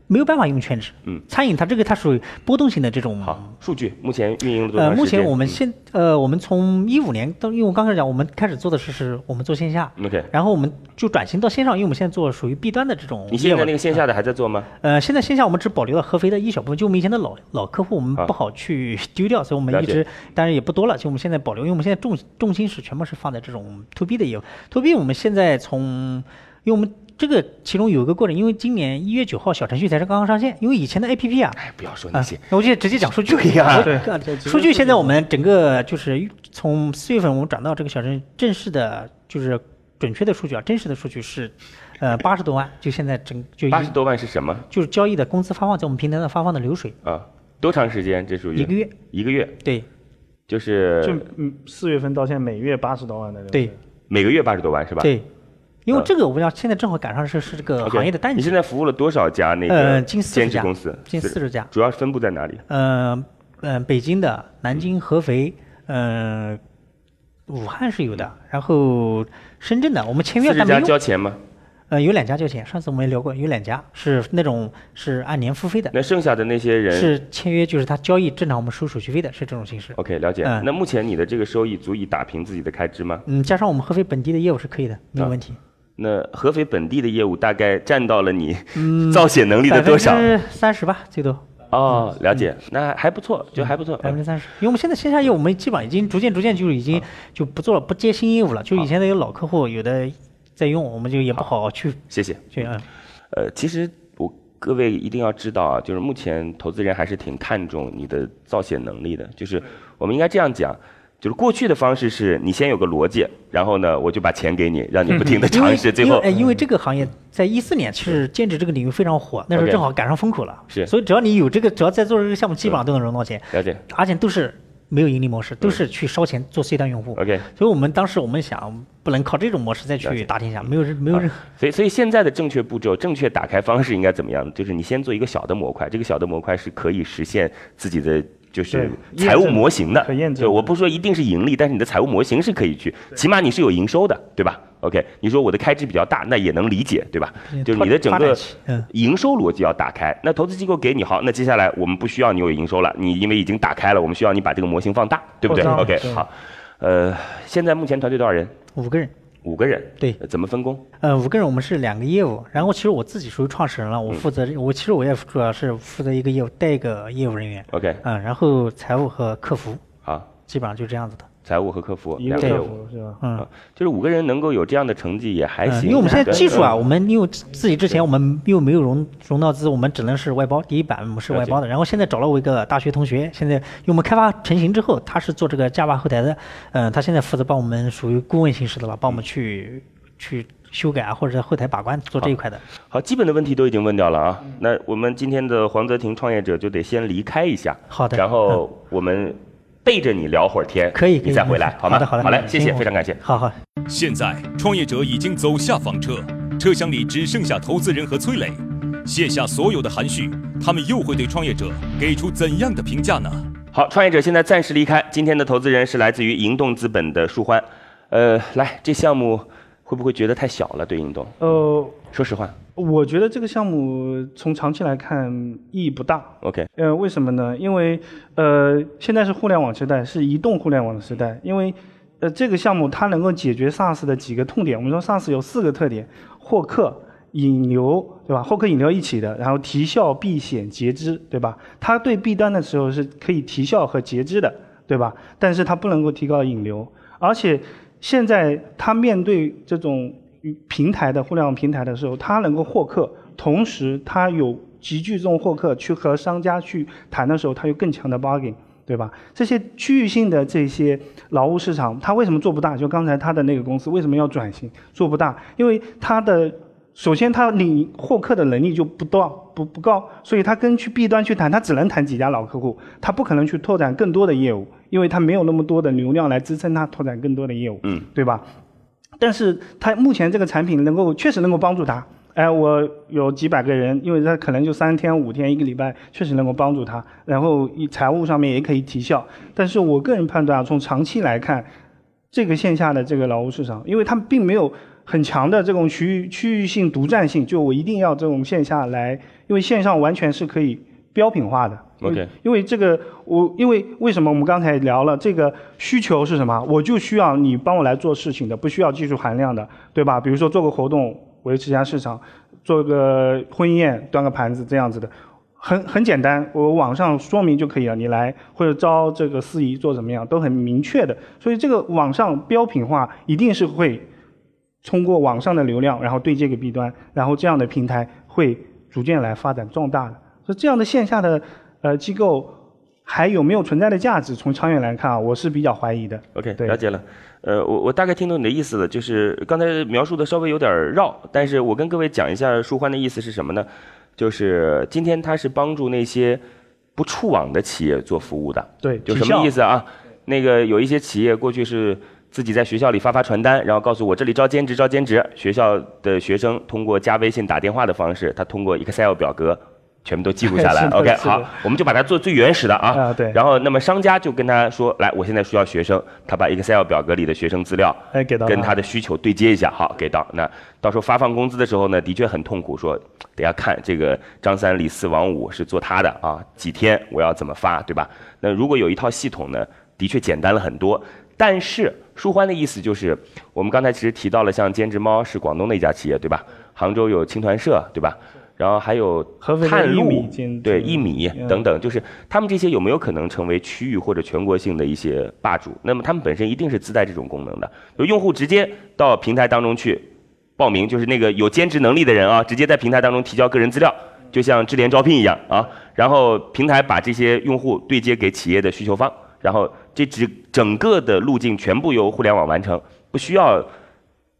Speaker 6: 没有办法用全职。
Speaker 3: 嗯
Speaker 6: 餐饮它这个它属于波动性的这种
Speaker 3: 好数据，目前运营了多长时
Speaker 6: 呃，
Speaker 3: 间？
Speaker 6: 目前我们
Speaker 3: 嗯
Speaker 6: 现呃，我们从一五年到，因为我刚开始讲，我们开始做的是是我们做线下
Speaker 3: 嗯 OK
Speaker 6: 然后我们就转型到线上，因为我们现在做属于 B 端的这种业务。
Speaker 3: 你现在那个线下的还在做吗？
Speaker 6: 呃，现在线下我们只保留了合肥的一小部分，就我们以前的老老客户，我们
Speaker 3: 啊
Speaker 6: 不好去丢掉，所以我
Speaker 3: 了
Speaker 6: 们一
Speaker 3: 解
Speaker 6: 直，当然也不多了，就我们现在保留，因为我们现在重重心是全部是放在这种 to B 的业务，to B 我们现在从，因为我们。这个其中有一个过程，因为今年一月九号小程序才是刚刚上线，因为以前的 A P P 啊，
Speaker 3: 哎，不要说那
Speaker 6: 啊
Speaker 3: 些，，
Speaker 6: 那我就直接讲数据啊。
Speaker 2: 对对
Speaker 6: 啊
Speaker 2: 直接
Speaker 6: 数据
Speaker 2: 数据
Speaker 6: 现在我们整个就是从四月份我们转到这个小镇正式的，就是准确的数据啊，真实的数据是，呃，八十多万，就现在整就一
Speaker 3: 八十多万是什么
Speaker 6: 就是交易的工资发放在我们平台上发放的流水，
Speaker 3: 啊？多长时间？这属于
Speaker 6: 一个月，
Speaker 3: 一个月
Speaker 6: 对
Speaker 3: 就是
Speaker 2: 就嗯四月份到现在每月八十多万的流水
Speaker 6: 对
Speaker 3: 每个月八十多万是吧？
Speaker 6: 对，因为
Speaker 3: 呃
Speaker 6: 这个我们要现在正好赶上是是这个
Speaker 3: OK，
Speaker 6: 行业的淡
Speaker 3: 你
Speaker 6: 季
Speaker 3: 现，在服务了多少家那个
Speaker 6: 呃近40
Speaker 3: 兼职
Speaker 6: 家
Speaker 3: 公司？
Speaker 6: 近40家
Speaker 3: 主要分布在哪里？
Speaker 6: 嗯嗯，北京的、南京、合肥，嗯、武汉是有的，然后深圳的，我们签约
Speaker 3: 嗯四十
Speaker 6: 但没
Speaker 3: 家
Speaker 6: 用。
Speaker 3: 交钱吗？
Speaker 6: 呃，有两家交钱，上次我们也聊过，有两家是那种是按年付费的，
Speaker 3: 那剩下的那些人
Speaker 6: 是签约，就是他交易正常我们收手续费的，是这种形式。
Speaker 3: OK 了解。
Speaker 6: 嗯
Speaker 3: 那目前你的这个收益足以打平自己的开支吗？
Speaker 6: 嗯，加上我们合肥本地的业务是可以的，没有
Speaker 3: 啊
Speaker 6: 问题。
Speaker 3: 那合肥本地的业务大概占到了你 造血能力的多少
Speaker 6: 嗯百？分之三十吧，最多
Speaker 3: 哦，了解，那还不错，就还不错。
Speaker 6: 嗯百分之三十。因为我们现在线下业务，我们基本上已经逐渐逐渐就是已
Speaker 3: 啊
Speaker 6: 经就不做了，不接新业务了。就以前的有老客户，有的在用，我们就
Speaker 3: 啊
Speaker 6: 也不好去
Speaker 3: 谢谢。
Speaker 6: 去嗯。
Speaker 3: 呃，其实我各位一定要知道啊，就是目前投资人还是挺看重你的造血能力的。就是我们应该这样讲，就是过去的方式是你先有个逻辑，然后呢，我就把钱给你，让你不停的
Speaker 6: 因为
Speaker 3: 尝试，最
Speaker 6: 因为
Speaker 3: 后嗯
Speaker 6: 哎，因为这个行业在一四年其实兼职这个领域非常火，那时候
Speaker 3: OK
Speaker 6: 正好赶上风口了，
Speaker 3: 是
Speaker 6: 所以只要你有这个，只要在做这个项目，基本上都能融到钱，
Speaker 3: 了解。
Speaker 6: 而且都是没有盈利模式，都是去烧钱做 C 端用户。
Speaker 3: OK
Speaker 6: 所以我们当时我们想，不能靠这种模式再
Speaker 3: 了解
Speaker 6: 去打天下，没有人没有
Speaker 3: 啊
Speaker 6: 人。
Speaker 3: 所以，所以现在的正确步骤、正确打开方式应该怎么样？就是你先做一个小的模块，这个小的模块是可以实现自己的就是
Speaker 2: 对
Speaker 3: 财务
Speaker 2: 验证
Speaker 3: 模型的。
Speaker 2: 可验证
Speaker 3: 对，我不说一定是盈利，但是你的财务模型是可以去，起码你是有营收的，对吧？OK，你说我的开支比较大，那也能理解，对吧？
Speaker 6: 嗯
Speaker 3: 就是你的整
Speaker 6: 发
Speaker 3: 个
Speaker 6: 展期嗯
Speaker 3: 营收逻辑要打开。那投资机构给你好，那接下来我们不需要你有营收了，你因为已经打开了，我们需要你把这个模型放大，对不对
Speaker 2: 扩张
Speaker 3: ？OK，
Speaker 2: 对
Speaker 3: 好。呃，现在目前团队多少人？
Speaker 6: 五个人。
Speaker 3: 五个人。
Speaker 6: 对
Speaker 3: 呃怎么分工？
Speaker 6: 呃，五个人，我们是两个业务，然后其实我自己属于创始人
Speaker 3: 嗯
Speaker 6: 了，我负责、我其实我也主要是负责一个业务，带一个业务人员，
Speaker 3: OK
Speaker 6: 嗯，然后财务和客服，
Speaker 3: 好，
Speaker 6: 基本上就这样子的，
Speaker 3: 财务和客服
Speaker 2: 一个
Speaker 3: 两个业
Speaker 2: 客
Speaker 3: 务，
Speaker 2: 服是吧？
Speaker 6: 嗯，
Speaker 3: 啊就是五个人能够有这样的成绩也还
Speaker 6: 嗯
Speaker 3: 行。
Speaker 6: 因为我们现在
Speaker 3: 对
Speaker 6: 技术啊，
Speaker 3: 嗯
Speaker 6: 我们因为自己之前我们又没有融融到资，我们只能是外包。第一版我们是外包的，然后现在找了我一个大学同学，现在因为我们开发成型之后，他是做这个 Java 后台的，嗯、他现在负责帮我们属于顾问形式的了，帮我
Speaker 3: 嗯
Speaker 6: 们去、去修改啊，或者在后台把关做这一块的。
Speaker 3: 好，基本的问题都已经问掉了啊。
Speaker 6: 嗯
Speaker 3: 那我们今天的黄泽廷创业者就得先离开一下。
Speaker 6: 好的嗯
Speaker 3: 然后我们背着你聊会儿天，
Speaker 6: 可以可以
Speaker 3: 你再回来，好吗？
Speaker 6: 好的好的
Speaker 3: 嘞，谢谢，
Speaker 6: 行
Speaker 3: 非常感谢。
Speaker 6: 好好，
Speaker 1: 现在创业者已经走下房车，车厢里只剩下投资人和崔磊。卸下所有的含蓄，他们又会对创业者给出怎样的评价呢？
Speaker 3: 好，创业者现在暂时离开。今天的投资人是来自于银动资本的舒欢。呃，来，这项目会不会觉得太小了？对银动，
Speaker 2: 呃，
Speaker 3: 说实话
Speaker 2: 我觉得这个项目从长期来看意义不大，
Speaker 3: ，OK，
Speaker 2: 呃，为什么呢？因为呃，现在是互联网时代，是移动互联网的时代。因为呃，这个项目它能够解决 SaaS 的几个痛点。我们说 SaaS 有四个特点：获客、引流，对吧？获客引流一起的，然后提效、避险、截肢，对吧？它对 B 端的时候是可以提效和截肢的，对吧？但是它不能够提高引流，而且现在它面对这种平台的互联网平台的时候，它能够获客，同时它有集聚众获客去和商家去谈的时候，它有更强的 bargain，对吧？这些区域性的这些劳务市场，它为什么做不大？就刚才他的那个公司为什么要转型做不大？因为它的首先它领获客的能力就不到不不高，所以它跟去 B 端去谈，它只能谈几家老客户，它不可能去拓展更多的业务，因为它没有那么多的流量来支撑它拓展更多的业务，
Speaker 3: 嗯，
Speaker 2: 对吧？但是它目前这个产品能够确实能够帮助他。哎，我有几百个人，因为他可能就三天、五天、一个礼拜，确实能够帮助他。然后以财务上面也可以提效，但是我个人判断啊，从长期来看，这个线下的这个劳务市场，因为它并没有很强的这种区域区域性独占性，就我一定要这种线下来，因为线上完全是可以标品化的。因
Speaker 3: OK
Speaker 2: 为因为这个我因为为什么我们刚才聊了这个需求是什么？我就需要你帮我来做事情的，不需要技术含量的，对吧？比如说做个活动，维持一下市场，做个婚宴，端个盘子这样子的。很很简单，我网上说明就可以了。你来或者招这个司仪做怎么样，都很明确的。所以这个网上标品化一定是会通过网上的流量，然后对接给 B 端，然后这样的平台会逐渐来发展壮大的。所以这样的线下的呃机构还有没有存在的价值？从长远来看啊，我是比较怀疑的。
Speaker 3: OK，
Speaker 2: 对
Speaker 3: 了解了。呃，我我大概听懂你的意思了，就是刚才描述的稍微有点儿绕，但是我跟各位讲一下舒欢的意思是什么呢？就是今天他是帮助那些不触网的企业做服务的，
Speaker 2: 对，
Speaker 3: 就
Speaker 2: 体
Speaker 3: 什
Speaker 2: 校
Speaker 3: 么意？思啊？那个有一些企业过去是自己在学校里发发传单，然后告诉我这里招兼职，招兼职。学校的学生通过加微信、打电话的方式，他通过 Excel 表格全部都记录下来
Speaker 2: 是。的
Speaker 3: OK，
Speaker 2: 是的
Speaker 3: 好，我们就把它做最原始的啊。
Speaker 2: 啊对
Speaker 3: 然后，那么商家就跟他说，来，我现在需要学生，他把 Excel 表格里的学生资料
Speaker 2: 哎，给到
Speaker 3: 跟他的需求对接一下，好，给到。那到时候发放工资的时候呢，的确很痛苦，说得要看这个张三、李四、王五是做他的啊，几天我要怎么发，对吧？那如果有一套系统呢，的确简单了很多。但是舒欢的意思就是，我们刚才其实提到了，像兼职猫是广东的一家企业，对吧？杭州有青团社，对吧？然后还有
Speaker 2: 合肥的
Speaker 3: 探
Speaker 2: 一
Speaker 3: 路
Speaker 2: 米兼
Speaker 3: 对
Speaker 2: 职
Speaker 3: 一米
Speaker 2: 嗯
Speaker 3: 等等，就是他们这些有没有可能成为区域或者全国性的一些霸主？那么他们本身一定是自带这种功能的，就用户直接到平台当中去报名，就是那个有兼职能力的人啊，直接在平台当中提交个人资料，就像智联招聘一样啊，然后平台把这些用户对接给企业的需求方，然后这只整个的路径全部由互联网完成，不需要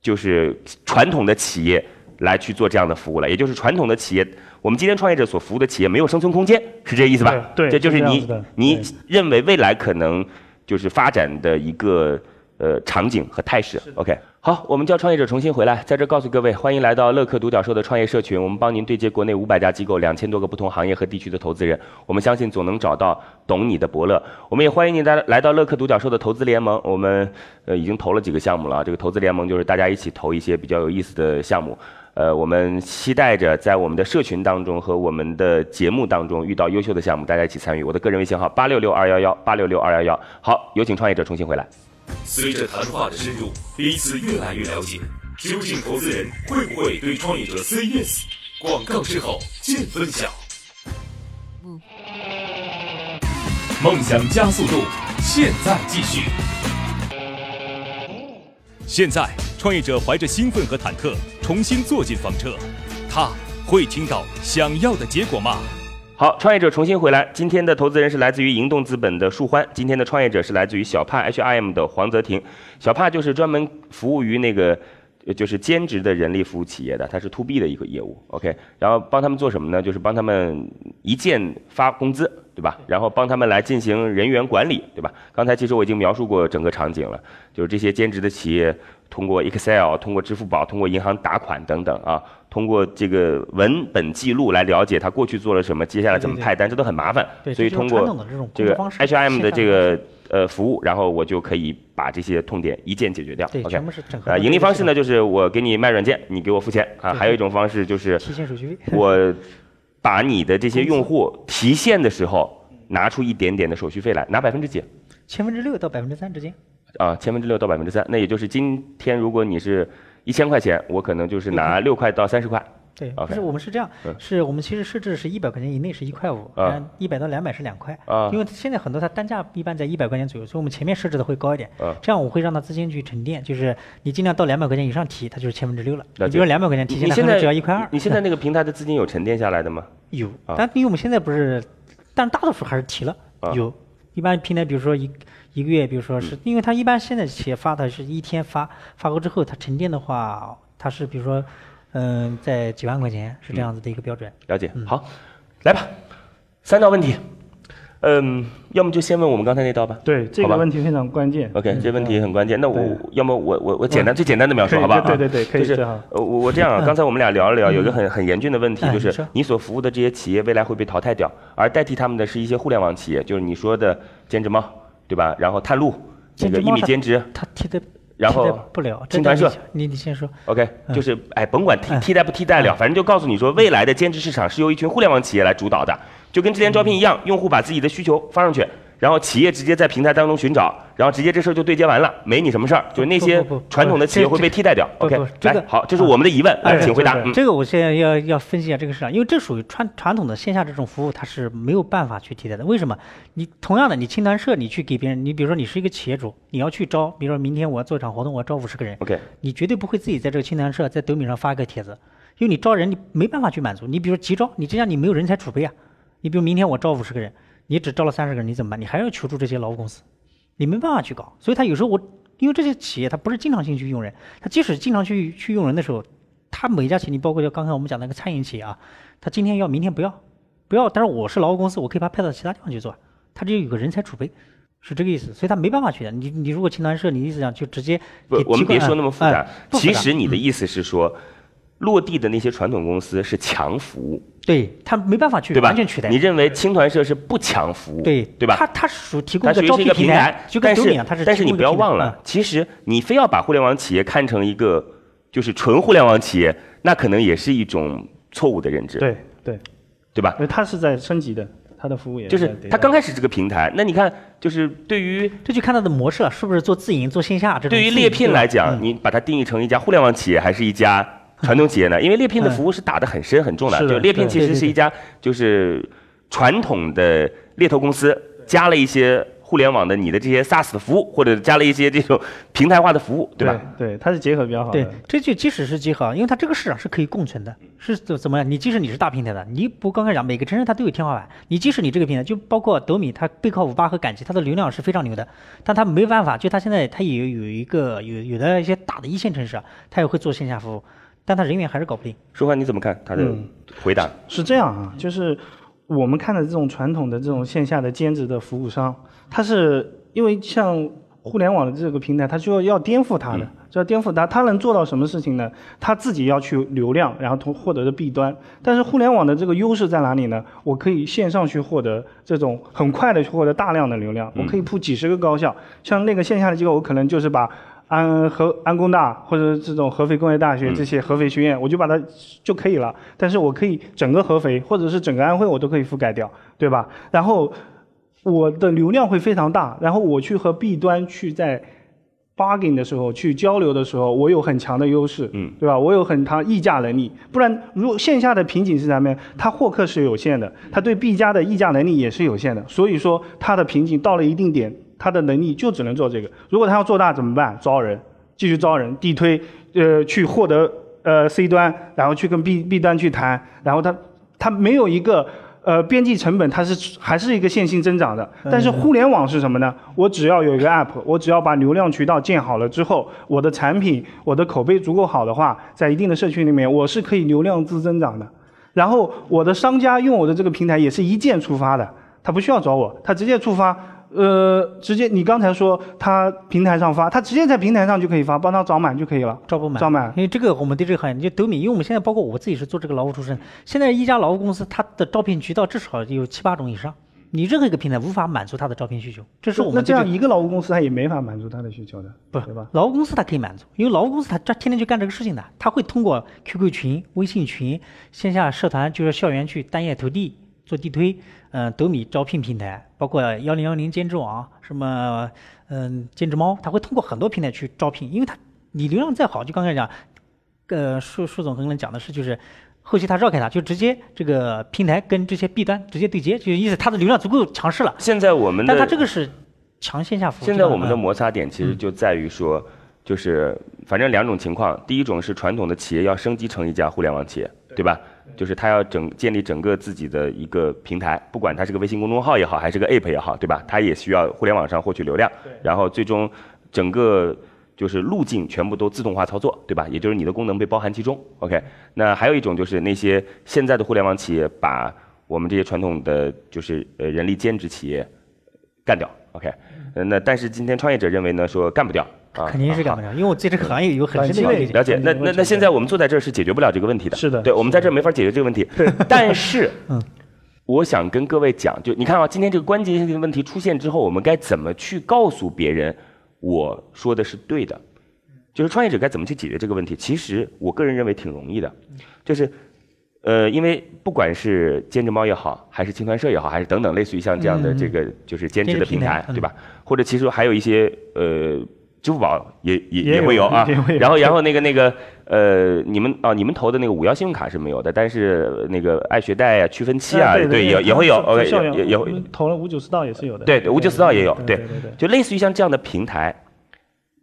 Speaker 3: 就是传统的企业来去做这样的服务了，也就是传统的企业，我们今天创业者所服务的企业没有生存空间，是这意思吧？
Speaker 2: 对对
Speaker 3: 这就是
Speaker 2: 是这样
Speaker 3: 你
Speaker 2: 子的
Speaker 3: 你
Speaker 2: 对
Speaker 3: 认为未来可能就是发展的一个呃场景和态势。OK，好，我们叫创业者重新回来，在这告诉各位，欢迎来到乐客独角兽的创业社群，我们帮您对接国内五百家机构、两千多个不同行业和地区的投资人，我们相信总能找到懂你的伯乐。我们也欢迎您来来到乐客独角兽的投资联盟，我们呃已经投了几个项目了啊，这个投资联盟就是大家一起投一些比较有意思的项目。呃，我们期待着在我们的社群当中和我们的节目当中遇到优秀的项目，大家一起参与。我的个人微信号八六六二幺幺八六六二幺幺。好，有请创业者重新回来。
Speaker 1: 随着谈话的深入，彼此越来越了解，究竟投资人会不会对创业者 E say yes？广告之后见分晓。梦想加速度，现在继续。现在，创业者怀着兴奋和忐忑，重新坐进房车，他会听到想要的结果吗？
Speaker 3: 好，创业者重新回来。今天的投资人是来自于银动资本的树欢，今天的创业者是来自于小帕 HRM 的黄泽廷。小帕就是专门服务于那个呃就是兼职的人力服务企业的，它是 to B 的一个业务。OK，然后帮他们做什么呢？就是帮他们一键发工资，对吧？然后帮他们来进行人员管理，对吧？刚才其实我已经描述过整个场景了，就是这些兼职的企业通过 Excel、通过支付宝、通过银行打款等等啊，通过这个文本记录来了解他过去做了什么，接下来怎么
Speaker 6: 对对对
Speaker 3: 派单，这都很麻烦。
Speaker 6: 对
Speaker 3: 所以
Speaker 6: 这就
Speaker 3: 通
Speaker 6: 是
Speaker 3: 过
Speaker 6: 传统的这种
Speaker 3: 这
Speaker 6: 工
Speaker 3: 个
Speaker 6: 作方式
Speaker 3: HRM 的
Speaker 6: 线上
Speaker 3: 这
Speaker 6: 工
Speaker 3: 个呃服务，然后我就可以把这些痛点一键解决掉。
Speaker 6: 对
Speaker 3: OK
Speaker 6: 全部是整合
Speaker 3: 啊，
Speaker 6: 的
Speaker 3: 盈利
Speaker 6: 这个
Speaker 3: 方
Speaker 6: 系
Speaker 3: 式呢，就是我给你卖软件，你给我付钱啊。
Speaker 6: 对
Speaker 3: 还有一种方式就是
Speaker 6: 提现手续费。
Speaker 3: 我把你的这些用户提现的时候，拿出一点点的手续费来，拿百分之几
Speaker 6: 千分之六到百分之三之间，
Speaker 3: 啊？千分之六到百分之三，那也就是今天如果你是一千块钱，我可能就是拿六块到三十块。
Speaker 6: 对
Speaker 3: OK
Speaker 6: 不是我们是这样，
Speaker 3: 嗯
Speaker 6: 是我们其实设置是一百块钱以内是一块五，
Speaker 3: 啊
Speaker 6: 然后一百到两百是两块
Speaker 3: 啊，
Speaker 6: 因为现在很多它单价一般在一百块钱左右，所以我们前面设置的会高一点
Speaker 3: 啊，
Speaker 6: 这样我会让它资金去沉淀，就是你尽量到两百块钱以上提，它就是千分之六了。
Speaker 3: 了
Speaker 6: 你
Speaker 3: 解
Speaker 6: 比如两百块钱提
Speaker 3: 你
Speaker 6: 现，
Speaker 3: 你
Speaker 6: 它
Speaker 3: 现
Speaker 6: 可能
Speaker 3: 在
Speaker 6: 只要一块二。
Speaker 3: 你现在那个平台的资金有沉淀下来的吗？
Speaker 6: 有
Speaker 3: 啊，
Speaker 6: 但因为我们现在不是，但是大多数还是提了
Speaker 3: 啊。嗯
Speaker 6: 有，一般平台比如说一一个月，比如说是因为它一般现在企业发的是一天发，发过之后它沉淀的话，它是比如说，嗯，在几万块钱是
Speaker 3: 嗯
Speaker 6: 这样子的一个标准。
Speaker 3: 了解，好，来吧，三道问题，嗯，要么就先问我们刚才那道吧。
Speaker 2: 对这
Speaker 3: 好吧
Speaker 2: 个问题非常关键。
Speaker 3: OK，这问题很关键。那我要么我我我简单最简单的描
Speaker 2: 嗯
Speaker 3: 述
Speaker 2: 可以
Speaker 3: 好不好啊？
Speaker 2: 对对对可以
Speaker 3: 就是
Speaker 2: 最好嗯
Speaker 3: 呃我我这样啊，刚才我们俩聊了聊，有一个很很严峻的问题，
Speaker 6: 哎
Speaker 3: 就
Speaker 6: 你
Speaker 3: 是
Speaker 6: 说
Speaker 3: 你所服务的这些企业未来会被淘汰掉，而代替他们的是一些互联网企业，就是你说的兼职猫，对吧？然后探路，那
Speaker 6: 兼
Speaker 3: 个
Speaker 6: 职
Speaker 3: 一
Speaker 6: 猫
Speaker 3: 米兼职
Speaker 6: 它替代
Speaker 3: 然后
Speaker 6: 替代不了。
Speaker 3: 青
Speaker 6: 真
Speaker 3: 团
Speaker 6: 的
Speaker 3: 社
Speaker 6: 你你先说。
Speaker 3: ，OK，
Speaker 6: 嗯
Speaker 3: 就是哎，甭管替
Speaker 6: 嗯
Speaker 3: 替代不替代了，反正就告诉你说，未来的兼职市场是由一群互联网企业来主导的，就跟之前招
Speaker 6: 嗯
Speaker 3: 聘一样，用户把自己的需求发上去。然后企业直接在平台当中寻找，然后直接这事儿就对接完了，没你什么事儿。就是那些
Speaker 6: 不不不
Speaker 3: 传统的企业会被替代掉。
Speaker 6: 不
Speaker 3: OK，
Speaker 6: 不这
Speaker 3: 来
Speaker 6: 个，
Speaker 3: 好，这是我们的疑问，
Speaker 6: 哎
Speaker 3: 来，请回答。嗯，
Speaker 6: 这个我现在要要分析一下这个市啊场，因为这属于传传统的线下这种服务，它是没有办法去替代的。为什么？你同样的，你青团社，你去给别人，你比如说你是一个企业主，你要去招，比如说明天我要做一场活动，我要招五十个人
Speaker 3: OK
Speaker 6: 你绝对不会自己在这个青团社在抖音上发一个帖子，因为你招人你没办法去满足。你比如说急招，你这样你没有人才储备啊。你比如明天我招五十个人，你只招了三十个人，你怎么办？你还要求助这些劳务公司。你没办法去搞。所以他有时候我，因为这些企业他不是经常性去用人，他即使经常去去用人的时候，他每家企业，你包括就刚才我们讲那个餐饮企业啊，他今天要，明天不要，不要。但是我是劳务公司，我可以把它派到其他地方去做，他这有个人才储备。是这个意思，所以他没办法去的。你你如果青团社，你意思讲就直接
Speaker 3: 不
Speaker 6: 给，
Speaker 3: 我
Speaker 6: 提
Speaker 3: 们
Speaker 6: 供
Speaker 3: 别说那么复杂
Speaker 6: 哎。不复
Speaker 3: 其
Speaker 6: 杂
Speaker 3: 实你的意思是说，落地的那些传统公司是强服务，
Speaker 6: 对他没办法去
Speaker 3: 对吧？
Speaker 6: 完全取代
Speaker 3: 你。认为青团社是不强服务，
Speaker 6: 对
Speaker 3: 对吧？
Speaker 6: 他他是属于提供
Speaker 3: 它属于
Speaker 6: 一个招
Speaker 3: 是一个
Speaker 6: 聘
Speaker 3: 平
Speaker 6: 台，就跟
Speaker 3: 但
Speaker 6: 抖
Speaker 3: 是
Speaker 6: 音一样，它是
Speaker 3: 但是
Speaker 6: 提
Speaker 3: 你
Speaker 6: 供
Speaker 3: 不
Speaker 6: 一个
Speaker 3: 要
Speaker 6: 平台
Speaker 3: 忘
Speaker 6: 嗯
Speaker 3: 了，其实你非要把互联网企业看成一个就是纯互联网企业，那可能也是一种错误的认知，
Speaker 2: 对对，
Speaker 3: 对吧
Speaker 2: 因？为它是在升级的，它的服务也
Speaker 3: 就是
Speaker 2: 在迭代
Speaker 3: 它刚开始这个平台，那你看，就是对于
Speaker 6: 嗯这就看它的模式了，是不是做自营、做线下这种自
Speaker 3: 对
Speaker 6: 营？
Speaker 3: 于猎聘
Speaker 6: 对吧
Speaker 3: 来讲，
Speaker 6: 嗯
Speaker 3: 你把它定义成一家互联网企业还是一家传统企业呢？因为猎
Speaker 6: 嗯
Speaker 3: 聘的服务是打得很深很重的，
Speaker 2: 是的
Speaker 3: 就猎聘
Speaker 2: 对
Speaker 3: 其实是一家就是传统的猎头公司加了一些。互联网的你的这些 SaaS 的服务，或者加了一些这种平台化的服务，
Speaker 2: 对
Speaker 3: 对吧？
Speaker 2: 对，它是结合比较好
Speaker 6: 对
Speaker 2: 的。，
Speaker 6: 这就即使是集合，因为它这个市场是可以共存的，
Speaker 3: 嗯
Speaker 6: 是怎怎么样？你即使你是大平台的，你不刚开始讲每个城市它都有天花板，你即使你这个平台，就包括斗米，它背靠五八和赶集，它的流量是非常牛的，但它没办法，就它现在它也有一个有有的一些大的一线城市啊，它也会做线下服务，但它人员还是搞不定。
Speaker 3: 舒欢，你怎么看他的
Speaker 2: 嗯
Speaker 3: 回答？
Speaker 2: 是这样啊，就是我们看的这种传统的这种线下的兼职的服务商，它是因为像互联网的这个平台，它就要要颠覆它的，就要颠覆它。它能做到什么事情呢？它自己要去流量，然后同获得的弊端。但是互联网的这个优势在哪里呢？我可以线上去获得这种很快的去获得大量的流量，我可以铺几十个高校。像那个线下的机构，我可能就是把。安合安工大或者这种合肥工业大学这些合肥学院，我就把它就可以了。但是我可以整个合肥或者是整个安徽我都可以覆盖掉，对吧？然后我的流量会非常大，然后我去和 B 端去在 bargain 的时候，去交流的时候，我有很强的优势，
Speaker 3: 嗯，
Speaker 2: 对吧？我有很强议价能力。不然，如果线下的瓶颈是啥呢？它获客是有限的，它对 B 加的议价能力也是有限的，所以说它的瓶颈到了一定点，它的能力就只能做这个。如果它要做大怎么办？招人，继续招人，地推，呃，去获得呃 C 端，然后去跟 B B 端去谈，然后它它没有一个。呃，边际成本它是还是一个线性增长的，
Speaker 6: 嗯
Speaker 2: 但是互联网是什么呢？我只要有一个 app，我只要把流量渠道建好了之后，我的产品、我的口碑足够好的话，在一定的社区里面，我是可以流量自增长的。然后我的商家用我的这个平台也是一键触发的，他不需要找我，他直接触发。呃，直接你刚才说他平台上发，他直接在平台上就可以发，帮他找满就可以了。
Speaker 6: 招不满，
Speaker 2: 招满
Speaker 6: 因为这个我们对这个行业，你就斗米，因为我们现在包括我自己是做这个劳务出身，现在一家劳务公司它的招聘渠道至少有七八种以上，你任何一个平台无法满足它的招聘需求，这是我
Speaker 2: 那
Speaker 6: 们
Speaker 2: 这
Speaker 6: 对
Speaker 2: 样一个劳务公司，他也没法满足他的需求的，
Speaker 6: 不
Speaker 2: 对吧？
Speaker 6: 劳务公司它可以满足，因为劳务公司它这天天就干这个事情的，它会通过 QQ 群、微信群、线下社团，就是校园去单业投递、做地推，嗯、斗米招聘平台，包括幺零幺零兼职网、什么嗯、兼职猫，它会通过很多平台去招聘，因为它你流量再好，就刚才讲，呃，舒舒总可能讲的是就是。后期他绕开它，就直接这个平台跟这些 B 端直接对接，就是意思它的流量足够强势了。
Speaker 3: 现在我们的
Speaker 6: 但它这个是强线下服务。
Speaker 3: 现在我们的
Speaker 6: 嗯
Speaker 3: 摩擦点其实就在于说，就是反正两种情况，第一种是传统的企业要升级成一家互联网企业，对吧？就是它要整建立整个自己的一个平台，不管它是个微信公众号也好，还是个 App 也好，对吧？它也需要互联网上获取流量，然后最终整个就是路径全部都自动化操作，对吧？也就是你的功能被包含其中。OK，那还有一种就是那些现在的互联网企业把我们这些传统的就是呃人力兼职企业干掉。OK，呃那但是今天创业者认为呢，说干不掉啊，
Speaker 6: 肯定是干不
Speaker 3: 啊。
Speaker 6: 了，因为我对这个行业有很深的
Speaker 2: 短期
Speaker 6: 了
Speaker 2: 内
Speaker 6: 解。
Speaker 3: 了解，那那那现在我们坐在这儿是解决不了这个问题的，
Speaker 2: 是的
Speaker 3: 对，我们在这儿没法解决这个问题。 但是，
Speaker 6: 嗯
Speaker 3: 我想跟各位讲，就你看啊，今天这个关键性的问题出现之后，我们该怎么去告诉别人我说的是对的？就是创业者该怎么去解决这个问题？其实我个人认为挺容易的，就是，呃，因为不管是兼职猫也好，还是青团社也好，还是等等类似于像这样的这个就是兼职的平台
Speaker 6: 兼职平台，嗯
Speaker 3: 对吧？或者其实还有一些呃，支付宝也也
Speaker 2: 也有
Speaker 3: 会有啊
Speaker 2: 也会。有
Speaker 3: 然后然后那个那个呃，你们啊，你们投的那个五幺信用卡是没有的，但是那个爱学贷啊、区分期啊，
Speaker 2: 哎对对
Speaker 3: 也也会有
Speaker 2: 校
Speaker 3: ，OK，
Speaker 2: 校园
Speaker 3: 也也也
Speaker 2: 我
Speaker 3: 会
Speaker 2: 们投了五九四道也是有的，
Speaker 3: 对对，五九四道也有，
Speaker 2: 对对对。
Speaker 3: 就类似于像这样的平台，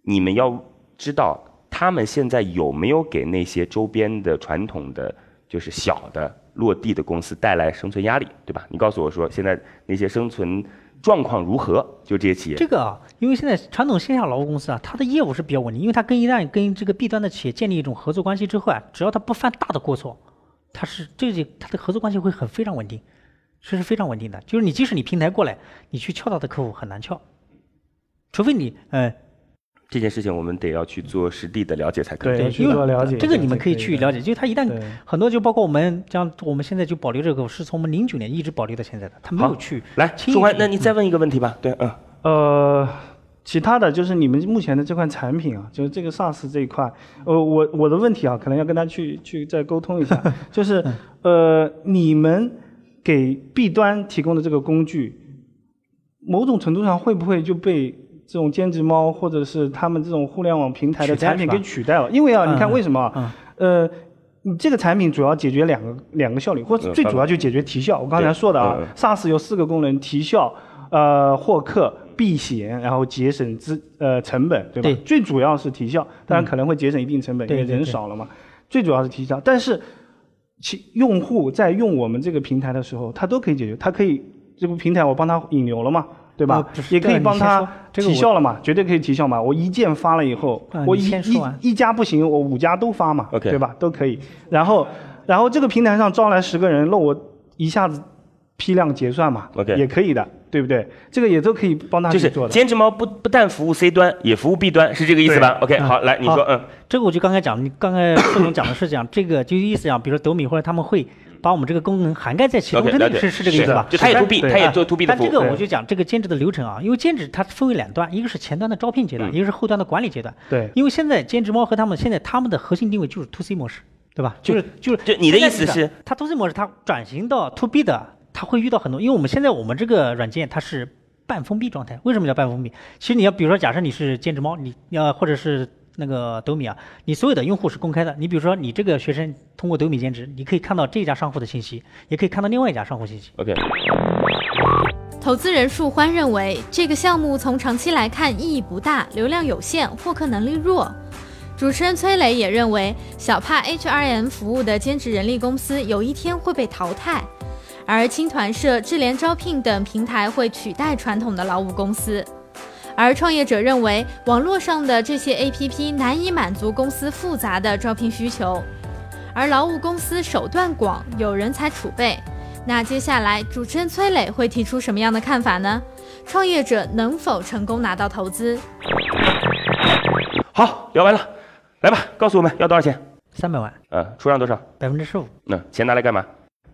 Speaker 3: 你们要知道他们现在有没有给那些周边的传统的就是小的落地的公司带来生存压力，对吧？你告诉我说现在那些生存状况如何？就这些企业，
Speaker 6: 这个啊，因为现在传统线下劳务公司啊，它的业务是比较稳定，因为它跟一旦跟这个 B 端的企业建立一种合作关系之后啊，只要它不犯大的过错，它是这就它的合作关系会很非常稳定，这是非常稳定的。就是你即使你平台过来，你去撬他的客户很难撬，除非你呃
Speaker 3: 这件事情我们得要去做实地的了解才可以。
Speaker 2: 对去
Speaker 6: 因为
Speaker 2: 多了解
Speaker 6: 这
Speaker 2: 一
Speaker 6: 个
Speaker 2: 下
Speaker 6: 你们
Speaker 2: 就
Speaker 6: 可以
Speaker 2: 可以
Speaker 6: 去
Speaker 2: 了
Speaker 6: 了解，就是它一旦
Speaker 2: 对
Speaker 6: 很多就包括我们像我们现在就保留这个，是从我们零九年一直保留到现在的，它没
Speaker 3: 好
Speaker 6: 有去
Speaker 3: 来，
Speaker 6: 轻易
Speaker 3: 舒欢，
Speaker 6: 去
Speaker 3: 那你再问一个问题吧。对，嗯，
Speaker 2: 呃，其他的就是你们目前的这款产品啊，就是这个 SaaS 这一块，呃，我我的问题啊，可能要跟他去去再沟通一 下，就是呃，你们给 B 端提供的这个工具，某种程度上会不会就被这种兼职猫或者是他们这种互联网平台的
Speaker 6: 取代
Speaker 2: 产品
Speaker 6: 是吧
Speaker 2: 给取代了？因为啊，你看
Speaker 6: 嗯
Speaker 2: 为什么啊？
Speaker 6: 嗯
Speaker 2: 呃，你这个产品主要解决两个两个效率，或者
Speaker 3: 嗯
Speaker 2: 最
Speaker 3: 当
Speaker 2: 主要就解决提效。我刚才
Speaker 3: 对
Speaker 2: 说的啊
Speaker 3: 嗯嗯
Speaker 2: ，SaaS 有四个功能：提效、呃获客、避险，然后节省资呃成本，对吧？
Speaker 6: 对嗯
Speaker 2: 最主要是提效，当然可能会节省一定成本，因
Speaker 6: 对
Speaker 2: 为
Speaker 6: 对
Speaker 2: 人
Speaker 6: 对
Speaker 2: 少了嘛。最主要是提效，但是其用户在用我们这个平台的时候，他都可以解决，他可以这个平台我帮他引流了嘛，对吧
Speaker 6: 呃不？是
Speaker 2: 也可以
Speaker 6: 对
Speaker 2: 帮
Speaker 6: 你先
Speaker 2: 他
Speaker 6: 说这个
Speaker 2: 提
Speaker 6: 我
Speaker 2: 效了嘛，绝对可以提效嘛。我一键发了以后
Speaker 6: 啊，
Speaker 2: 我
Speaker 6: 你
Speaker 2: 一
Speaker 6: 先说完
Speaker 2: 一一家不行，我五家都发嘛
Speaker 3: OK
Speaker 2: 对吧？都可以。然后，然后这个平台上招来十个人，那我一下子批量结算嘛
Speaker 3: OK
Speaker 2: 也可以的，对不对？这个也都可以帮他
Speaker 3: 就
Speaker 2: 去
Speaker 3: 是
Speaker 2: 做的。
Speaker 3: 兼职猫不不但服务 C 端，也服务 B 端，是这个意思吧？OK，好，来你说，嗯，
Speaker 6: 这个我就刚才讲，你刚才宋总讲的是 讲这个，就意思讲，比如斗米或者他们会把我们这个功能涵盖在其中，
Speaker 3: OK，
Speaker 6: 真
Speaker 3: 了
Speaker 6: 的
Speaker 3: 解，
Speaker 6: 是是这个意思吧？
Speaker 3: 就他也 to B，
Speaker 2: 对
Speaker 3: 他也
Speaker 6: 哎
Speaker 3: 做 to B 的
Speaker 6: 但
Speaker 3: 服务
Speaker 6: 这。个我
Speaker 2: 对
Speaker 6: 就讲这个兼职的流程啊，因为兼职它分为两段，一个是前端的招聘阶段，
Speaker 3: 嗯
Speaker 6: 一个是后端的管理阶段。
Speaker 2: 对
Speaker 6: 因为现在兼职猫和他们现在他们的核心定位就是 to C 模式，对吧？就是就是
Speaker 3: 就你的
Speaker 6: 现
Speaker 3: 意
Speaker 6: 在
Speaker 3: 思是，
Speaker 6: 它 to C 模式它转型到 to B 的，它会遇到很多，因为我们现在我们这个软件它是半封闭状态。为什么叫半封闭？其实你要比如说，假设你是兼职猫，你要或者是那个斗米啊，你所有的用户是公开的。你比如说，你这个学生通过斗米兼职，你可以看到这家商户的信息，也可以看到另外一家商户信息。
Speaker 3: OK，
Speaker 5: 投资人树欢认为，这个项目从长期来看意义不大，流量有限，获客能力弱。主持人崔磊也认为，小帕 HRM 服务的兼职人力公司有一天会被淘汰，而青团社、智联招聘等平台会取代传统的劳务公司。而创业者认为，网络上的这些 APP 难以满足公司复杂的招聘需求，而劳务公司手段广，有人才储备。那接下来，主持人崔磊会提出什么样的看法呢？创业者能否成功拿到投资？
Speaker 3: 好，聊完了，来吧，告诉我们要多少钱？
Speaker 6: 三百万，
Speaker 3: 呃，出让多少？
Speaker 6: 百分之十五。
Speaker 3: 那、钱拿来干嘛？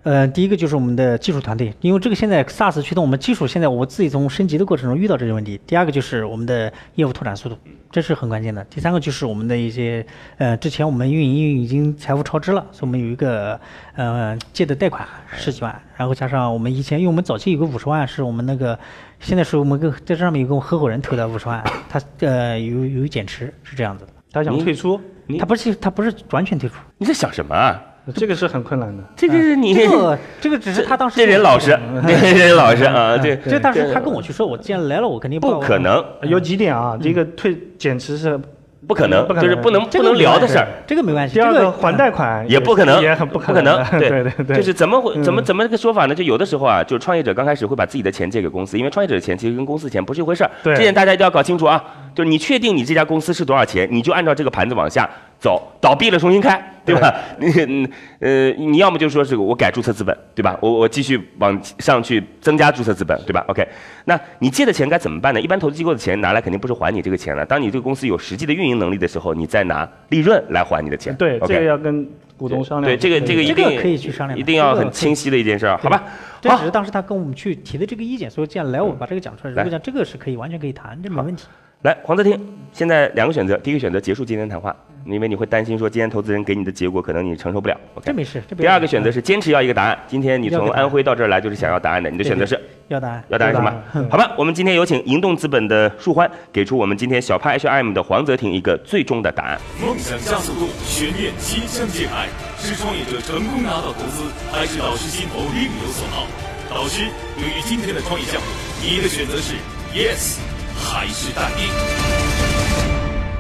Speaker 6: 呃，第一个就是我们的技术团队，因为这个现在 SaaS 驱动我们技术，现在我自己从升级的过程中遇到这些问题。第二个就是我们的业务拓展速度，这是很关键的。第三个就是我们的一些呃，之前我们运营因为已经财务超支了，所以我们有一个呃借的贷款十几万，然后加上我们以前因为我们早期有个五十万是我们那个，现在是我们跟在这上面有个合伙人投的五十万，他呃有有减持是这样子的。
Speaker 2: 他想退出，
Speaker 3: 你
Speaker 6: 他不是他不是完全退出，
Speaker 3: 你在想什么啊？
Speaker 2: 这个是很困难的。
Speaker 3: 这个是你
Speaker 6: 嗯这个这个只是他当时嗯
Speaker 3: 这人老实， 这人老实啊，对，
Speaker 6: 这当时他跟我去说，我既然来了，我肯定
Speaker 3: 不可。能，
Speaker 2: 有几点啊，第一个退减持是，
Speaker 3: 不可
Speaker 6: 嗯
Speaker 3: 能，
Speaker 2: 不可能
Speaker 3: 就是不能
Speaker 6: 这
Speaker 3: 不
Speaker 6: 个
Speaker 3: 能
Speaker 6: 没
Speaker 3: 聊
Speaker 6: 关
Speaker 3: 的
Speaker 6: 系
Speaker 3: 事儿。
Speaker 6: 这个没关系。
Speaker 2: 第二
Speaker 6: 这
Speaker 2: 个还贷款
Speaker 3: 也不可能，
Speaker 2: 也很不
Speaker 3: 可
Speaker 2: 可
Speaker 3: 能
Speaker 2: 的
Speaker 3: 对
Speaker 2: 对对对，
Speaker 3: 就是怎么会怎么
Speaker 2: 嗯
Speaker 3: 怎么个说法呢？就有的时候啊，就是创业者刚开始会把自己的钱借给公司，因为创业者的钱其实跟公司的钱不是一回事儿。
Speaker 2: 对
Speaker 3: 这点大家一定要搞清楚啊！就是你确定你这家公司是多少钱，你就按照这个盘子往下走，倒闭了重新开，对吧？你 嗯呃，你要么就说是我改注册资本，对吧？我我继续往上去增加注册资本，对吧？OK，那你借的钱该怎么办呢？一般投资机构的钱拿来肯定不是还你这个钱了，当你这个公司有实际的运营能力的时候，你再拿利润来还你的钱。
Speaker 2: 对
Speaker 3: o
Speaker 2: 这
Speaker 3: k
Speaker 2: 个要跟股东商量。
Speaker 3: 对这个这个一
Speaker 6: 这个
Speaker 3: 定
Speaker 6: 可以去商量的
Speaker 3: 一定要
Speaker 6: 这个
Speaker 3: 很清晰的一件事儿，好吧？
Speaker 6: 这只
Speaker 3: 好
Speaker 6: 是，当时他跟我们去提的这个意见，所以既然来，
Speaker 3: 嗯
Speaker 6: 我把这个讲出来。如果讲这个是可以，完全可以谈，这没问题。
Speaker 3: 来，黄泽听，现在两个选择，第一个选择结束今天谈话，因为你会担心说今天投资人给你的结果可能你承受不了。OK。
Speaker 6: 这没事。这
Speaker 3: 第二个选择是坚持要一个答案。今天你
Speaker 6: 要个
Speaker 3: 从
Speaker 6: 答案
Speaker 3: 安徽到这儿来就是想要答案的，你的选择是
Speaker 6: 要答案。
Speaker 3: 要答案是
Speaker 2: 要
Speaker 3: 吗
Speaker 2: 答？
Speaker 3: 好吧，我们今天有请银动资本的树欢给出我们今天小派 HRM 的黄泽庭一个最终的答案。
Speaker 1: 梦想加速度，悬念新疆界海，是创业者成功拿到投资，还是导师心头另有所好？导师，对于今天的创业项目，你的选择是 yes 还是待定？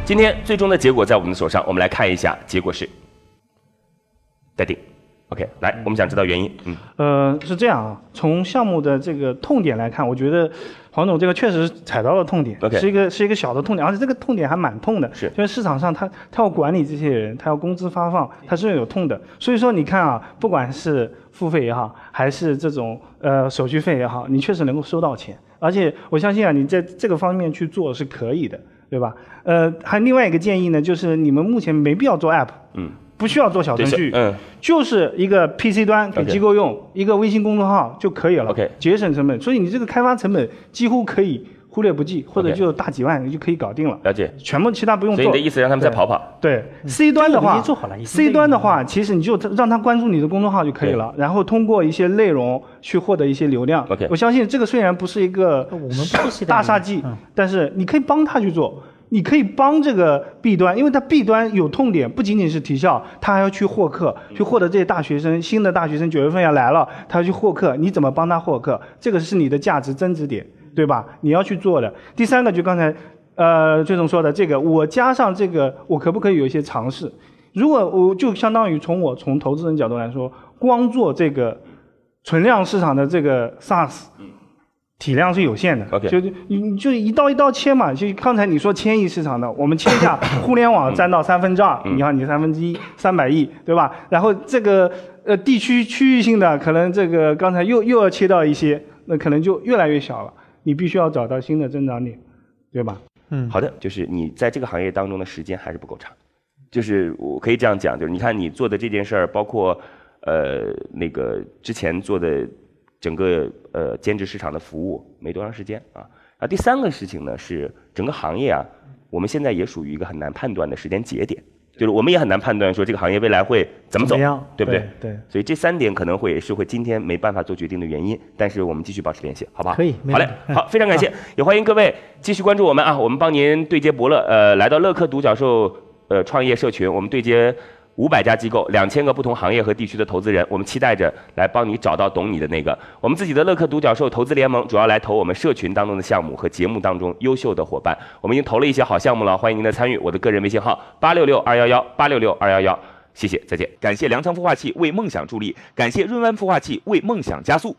Speaker 3: 今天最终的结果在我们的手上，我们来看一下，结果是待定。OK，来，我们想知道原因。嗯，
Speaker 2: 呃，是这样啊，从项目的这个痛点来看，我觉得黄总这个确实踩到了痛点
Speaker 3: OK
Speaker 2: 是一个是一个小的痛点，而且这个痛点还蛮痛的，
Speaker 3: 是
Speaker 2: 因为市场上他他要管理这些人，他要工资发放，他是有痛的。所以说你看啊，不管是付费也好，还是这种呃手续费也好，你确实能够收到钱，而且我相信啊，你在这个方面去做是可以的，对吧？呃，还另外一个建议呢，就是你们目前没必要做 app，嗯，不需要做小
Speaker 3: 对
Speaker 2: 程
Speaker 3: 是
Speaker 2: 序，
Speaker 3: 嗯，
Speaker 2: 就是一个 PC 端给
Speaker 3: OK
Speaker 2: 机构用一个微信公众号就可以了
Speaker 3: OK
Speaker 2: 节省成本。所以你这个开发成本几乎可以忽略不计，或者
Speaker 3: OK
Speaker 2: 就大几万你就可以搞定了，
Speaker 3: 了解。
Speaker 2: 全部其他不用
Speaker 3: 所
Speaker 2: 做。
Speaker 3: 以你的意思让他们再跑跑？
Speaker 2: 对 C 端的
Speaker 6: 这个我们
Speaker 2: 话
Speaker 6: 已经做好了已经
Speaker 2: ，C 端的话，其实你就让他关注你的公众号就可以了，然后通过一些内容去获得一些流量
Speaker 3: OK。
Speaker 2: 我相信这个虽然不是一个
Speaker 6: 我们不期待
Speaker 2: 大杀技
Speaker 6: 嗯，
Speaker 2: 但是你可以帮他去做，你可以帮这个 B 端，因为它 B 端有痛点，不仅仅是提效，他还要去获客，去获得这些大学生，新的大学生九月份要来了，他要去获客，你怎么帮他获客？这个是你的价值增值点，对吧？你要去做的。第三个就刚才，呃，崔总说的这个，我加上这个，我可不可以有一些尝试？如果我就相当于从我从投资人角度来说，光做这个存量市场的这个 SaaS，体量是有限的。
Speaker 3: OK
Speaker 2: 就就你你就一刀一刀切嘛，就刚才你说千亿市场的，我们切一下互联网占到三分之二，你看你三分之一三百亿，对吧？然后这个呃地区区域性的，可能这个刚才又又要切到一些，那可能就越来越小了。你必须要找到新的增长点，对吧？
Speaker 6: 嗯
Speaker 3: 好的，就是你在这个行业当中的时间还是不够长，就是我可以这样讲，就是你看你做的这件事儿，包括呃那个之前做的整个呃兼职市场的服务，没多长时间啊。然后第三个事情呢是整个行业啊，我们现在也属于一个很难判断的时间节点，就是我们也很难判断说这个行业未来会怎么走，
Speaker 2: 怎么样
Speaker 3: 对不对？
Speaker 2: 对对
Speaker 3: 所以这三点可能会也是会今天没办法做决定的原因，但是我们继续保持联系，好不好？
Speaker 6: 可以没
Speaker 3: 好
Speaker 6: 问
Speaker 3: 嘞
Speaker 6: 题，嗯
Speaker 3: 好，非常感 谢，也欢迎各位继续关注我们啊，我们帮您对接伯乐，呃，来到乐客独角兽呃创业社群，我们对接。五百家机构，两千个不同行业和地区的投资人，我们期待着来帮你找到懂你的那个。我们自己的乐客独角兽投资联盟主要来投我们社群当中的项目和节目当中优秀的伙伴。我们已经投了一些好项目了，欢迎您的参与。我的个人微信号八六六二幺幺八六六二幺幺，谢谢，再见。
Speaker 4: 感谢粮仓孵化器为梦想助力，感谢润湾孵化器为梦想加速。